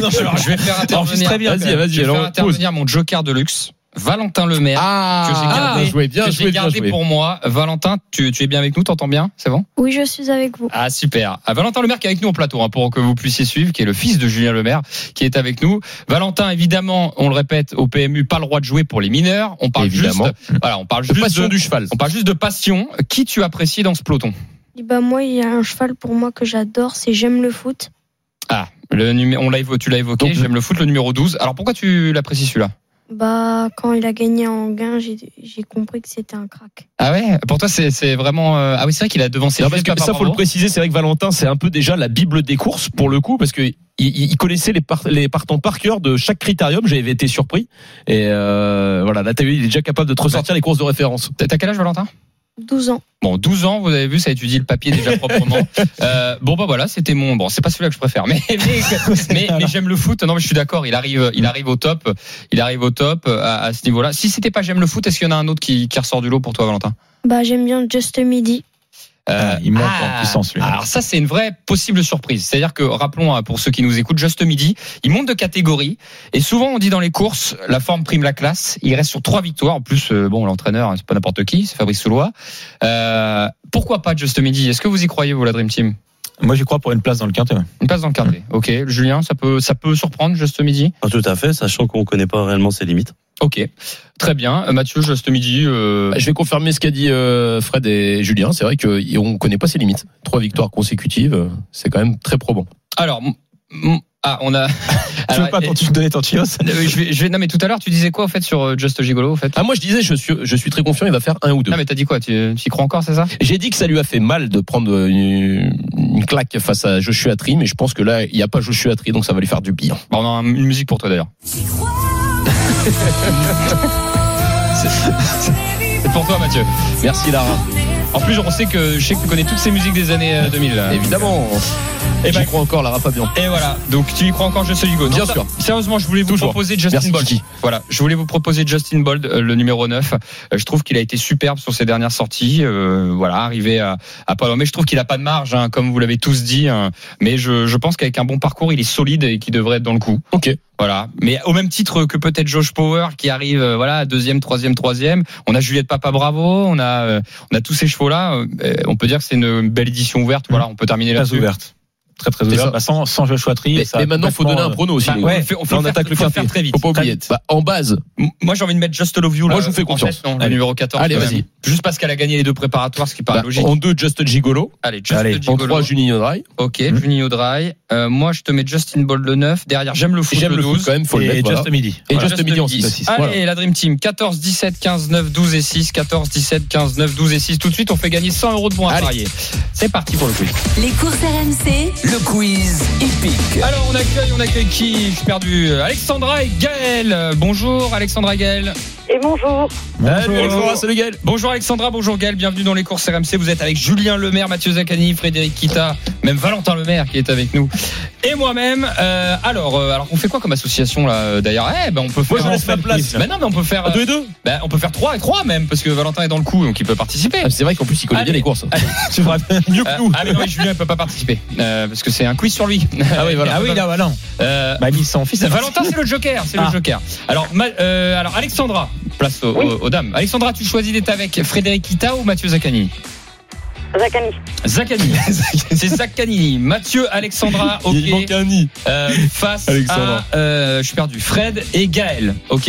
Speaker 3: vais faire
Speaker 4: Enregistre
Speaker 3: intervenir,
Speaker 4: très bien,
Speaker 3: je vais
Speaker 4: vas-y, vas-y,
Speaker 3: faire
Speaker 4: alors,
Speaker 3: intervenir mon joker de luxe, Valentin Lemaire.
Speaker 4: Ah,
Speaker 3: que j'ai gardé,
Speaker 4: bien joué, bien
Speaker 3: que
Speaker 4: joué,
Speaker 3: j'ai
Speaker 4: bien
Speaker 3: gardé
Speaker 4: joué.
Speaker 3: pour moi. Valentin, tu, tu es bien avec nous, t'entends bien C'est bon
Speaker 8: Oui, je suis avec vous.
Speaker 3: Ah super. Ah, Valentin Lemaire qui est avec nous en plateau hein, pour que vous puissiez suivre, qui est le fils de Julien Lemaire, qui est avec nous. Valentin, évidemment, on le répète, au PMU, pas le droit de jouer pour les mineurs. On parle
Speaker 4: Évidemment.
Speaker 3: juste, voilà, on parle
Speaker 4: De
Speaker 3: juste
Speaker 4: passion
Speaker 3: de,
Speaker 4: du cheval.
Speaker 3: on parle juste de passion. Qui tu apprécies dans ce peloton
Speaker 8: Et Bah moi, il y a un cheval pour moi que j'adore, c'est J'aime le foot.
Speaker 3: Ah, le numé- on l'a évo- tu l'as évoqué.
Speaker 4: Donc,
Speaker 3: J'aime le foot, le numéro 12. Alors pourquoi tu l'apprécies celui-là
Speaker 8: Bah quand il a gagné en gain, j'ai j'ai compris que c'était un crack.
Speaker 3: Ah ouais. Pour toi, c'est c'est vraiment. euh, Ah oui, c'est vrai qu'il a devancé.
Speaker 4: Non,
Speaker 3: Juliette
Speaker 4: parce que ça,
Speaker 3: Papa
Speaker 4: faut le
Speaker 3: Bravo.
Speaker 4: préciser, c'est vrai que Valentin, c'est un peu déjà la bible des courses pour le coup, parce que il, il- il connaissait les, par- les partants par cœur de chaque critérium. J'avais été surpris. Et euh, voilà, là, t'as vu, il est déjà capable de te ressortir les courses de référence.
Speaker 3: T'as t'as quel âge, Valentin
Speaker 8: 12 ans.
Speaker 3: Bon, 12 ans, vous avez vu, ça étudie le papier déjà proprement. Euh, bon, bah voilà, c'était mon. Bon, c'est pas celui-là que je préfère, mais mais, mais, mais j'aime le foot. Non, mais je suis d'accord. Il arrive, il arrive au top. Il arrive au top euh, à, à ce niveau-là. Si c'était pas j'aime le foot, est-ce qu'il y en a un autre qui, qui ressort du lot pour toi, Valentin
Speaker 8: Bah j'aime bien Just Midi.
Speaker 5: Ah, il monte en puissance, lui.
Speaker 3: Euh,
Speaker 5: hein.
Speaker 3: Alors ça, c'est une vraie possible surprise. C'est-à-dire que rappelons hein, pour ceux qui nous écoutent, Just Midi, il monte de catégorie et souvent on dit dans les courses, la forme prime la classe. Il reste sur trois victoires. En plus, euh, bon, l'entraîneur, hein, c'est pas n'importe qui, c'est Fabrice Soulois. Euh, pourquoi pas Just Midi Est-ce que vous y croyez, vous, la Dream Team
Speaker 5: Moi, j'y crois pour une place dans le quintet. ouais.
Speaker 3: Une passe dans le carnet. Ok, Julien, ça peut, ça peut surprendre juste midi.
Speaker 6: Ah, tout à fait, sachant qu'on connaît pas réellement ses limites.
Speaker 3: Ok, très bien. Euh, Mathieu, juste midi. euh,
Speaker 4: Bah, Je vais confirmer ce qu'a dit euh, Fred et Julien. C'est vrai qu'on connaît pas ses limites. Trois victoires consécutives, euh, c'est quand même très probant.
Speaker 3: Alors, m- m- ah, on a.
Speaker 5: Tu
Speaker 3: Alors,
Speaker 5: veux pas
Speaker 3: eh,
Speaker 5: ton- tu me donner ton chios
Speaker 3: euh, je vais, je vais- non mais tout à l'heure tu disais quoi au fait sur euh, Just Gigolo au fait
Speaker 4: Ah, moi, je disais, je suis, je suis très confiant, il va faire un ou deux.
Speaker 3: Non mais t'as dit quoi Tu tu y crois encore c'est ça
Speaker 4: J'ai dit que ça lui a fait mal de prendre une, une claque face à Joshua Tree, mais je pense que là, il n'y a pas Joshua Tree, donc ça va lui faire du bien.
Speaker 3: Bah, On a un- une musique pour toi d'ailleurs. C'est- C'est pour toi Mathieu.
Speaker 4: Merci, Lara.
Speaker 3: En plus on sait que je sais que tu connais toutes ces musiques des années euh, 2000. là.
Speaker 4: Évidemment. Et
Speaker 3: ben-
Speaker 4: j'y crois encore, Lara Fabian.
Speaker 3: Et voilà, donc tu y crois encore Just Gigolo
Speaker 4: Bien
Speaker 3: Non,
Speaker 4: sûr.
Speaker 3: Sérieusement, je voulais vous
Speaker 4: Toujours.
Speaker 3: proposer Justin
Speaker 4: Merci,
Speaker 3: Bolt.
Speaker 4: Kiki.
Speaker 3: Voilà, je voulais vous proposer Justin Bold, euh, le numéro 9. Euh, Je trouve qu'il a été superbe sur ses dernières sorties. euh, voilà, arrivé à, à pas loin. Mais je trouve qu'il a pas de marge, hein, comme vous l'avez tous dit. hein. Mais je, je pense qu'avec un bon parcours, il est solide et qu'il devrait être dans le coup.
Speaker 4: Ok.
Speaker 3: Voilà. Mais au même titre que peut-être Josh Power qui arrive, euh, voilà, deuxième, troisième, troisième. On a Juliette Papa Bravo. On a, euh, on a tous ces chevaux-là. Euh, euh, on peut dire que c'est une belle édition ouverte. Voilà, on peut terminer
Speaker 5: Place
Speaker 3: là-dessus.
Speaker 5: ouverte. Très, très
Speaker 4: C'est
Speaker 5: ouverte.
Speaker 4: ça.
Speaker 5: Bah, sans, sans Joshua Tree.
Speaker 4: Mais,
Speaker 5: ça
Speaker 4: mais
Speaker 5: a
Speaker 4: maintenant, faut donner un
Speaker 5: complètement,
Speaker 4: prono aussi.
Speaker 3: Bah,
Speaker 4: les gars.
Speaker 3: ouais, faut- faut
Speaker 4: Là, on
Speaker 3: faire-
Speaker 4: attaque le
Speaker 3: faut faire
Speaker 4: quintet.
Speaker 3: très vite.
Speaker 4: Faut pas
Speaker 3: Très
Speaker 4: oublier.
Speaker 3: vite.
Speaker 4: Bah, en base,
Speaker 3: M- Moi, j'ai envie de mettre Just Love You.
Speaker 4: Moi,
Speaker 3: là,
Speaker 4: je vous fais
Speaker 3: en
Speaker 4: confiance.
Speaker 3: tête, non, le
Speaker 5: Allez.
Speaker 3: numéro 14.
Speaker 4: Allez,
Speaker 3: quand même.
Speaker 4: vas-y.
Speaker 3: Juste parce qu'elle a gagné les deux préparatoires, ce qui paraît
Speaker 4: bah,
Speaker 3: logique.
Speaker 4: en deux, Just Gigolo.
Speaker 3: Allez, Just
Speaker 5: Allez.
Speaker 3: the
Speaker 4: En
Speaker 3: Gigolo.
Speaker 4: trois, Juninho Dry.
Speaker 3: Ok,
Speaker 4: Hum.
Speaker 3: Juninho Dry. Euh, moi, je te mets Justin Ball le 9. Derrière, j'aime le foot
Speaker 4: J'aime
Speaker 3: le
Speaker 4: le
Speaker 3: 12.
Speaker 4: foot quand même, faut
Speaker 5: euh,
Speaker 4: le
Speaker 5: Et
Speaker 4: mettre. voilà.
Speaker 5: Just Midi. Bah,
Speaker 4: Et
Speaker 3: Voilà.
Speaker 4: Just Midi en 6.
Speaker 3: Allez,
Speaker 4: Voilà.
Speaker 3: la Dream Team. 14, 17, 15, 9, 12 et 6. 14, 17, 15, 9, 12 et 6. Tout de suite, on fait gagner 100 euros de bons à
Speaker 4: Allez.
Speaker 3: parier. C'est parti pour le quiz.
Speaker 2: Les courses RMC,
Speaker 1: Le quiz épique.
Speaker 3: Alors, on accueille, on accueille qui Je suis perdu. Euh, Alexandra et Gaël. Euh, Bonjour, Alexandra et Gaël.
Speaker 7: Et bonjour.
Speaker 4: Bonjour, salut Gaël.
Speaker 3: Bonjour Alexandra, bonjour Gaël, bienvenue dans les courses RMC. Vous êtes avec Julien Lemaire, Mathieu Zaccani, Frédéric Kita, même Valentin Lemaire qui est avec nous. Et moi-même. Euh, alors, euh, alors on fait quoi comme association là euh, d'ailleurs Eh ben on peut faire.
Speaker 4: Moi, je laisse ma place.
Speaker 3: Bah non, mais on peut faire. euh,
Speaker 4: Deux et deux.
Speaker 3: bah, on peut faire 3 et 3 même parce que Valentin est dans le coup donc il peut participer.
Speaker 4: Ah, C'est vrai qu'en plus, il connaît
Speaker 3: Allez.
Speaker 4: bien les courses.
Speaker 5: Tu vois, mieux
Speaker 3: Euh,
Speaker 5: que nous.
Speaker 3: ah mais non, mais Julien il peut pas participer euh, parce que c'est un quiz sur lui.
Speaker 5: Ah oui, voilà. Ah oui, là, voilà.
Speaker 3: Euh,
Speaker 5: Bah, il son fils.
Speaker 3: c'est- Valentin c'est le joker, c'est
Speaker 5: Ah.
Speaker 3: le joker. Alors, ma- euh, alors Alexandra, place aux, aux- aux dames. Alexandra, tu choisis d'être avec Frédéric Kita ou Mathieu Zaccani
Speaker 7: Zakani.
Speaker 3: Zaccanini. C'est Zaccanini. Mathieu, Alexandra, ok.
Speaker 4: Il manque un nid.
Speaker 3: Euh, face
Speaker 4: Alexandra.
Speaker 3: à, euh, je suis perdu, Fred et Gaël, ok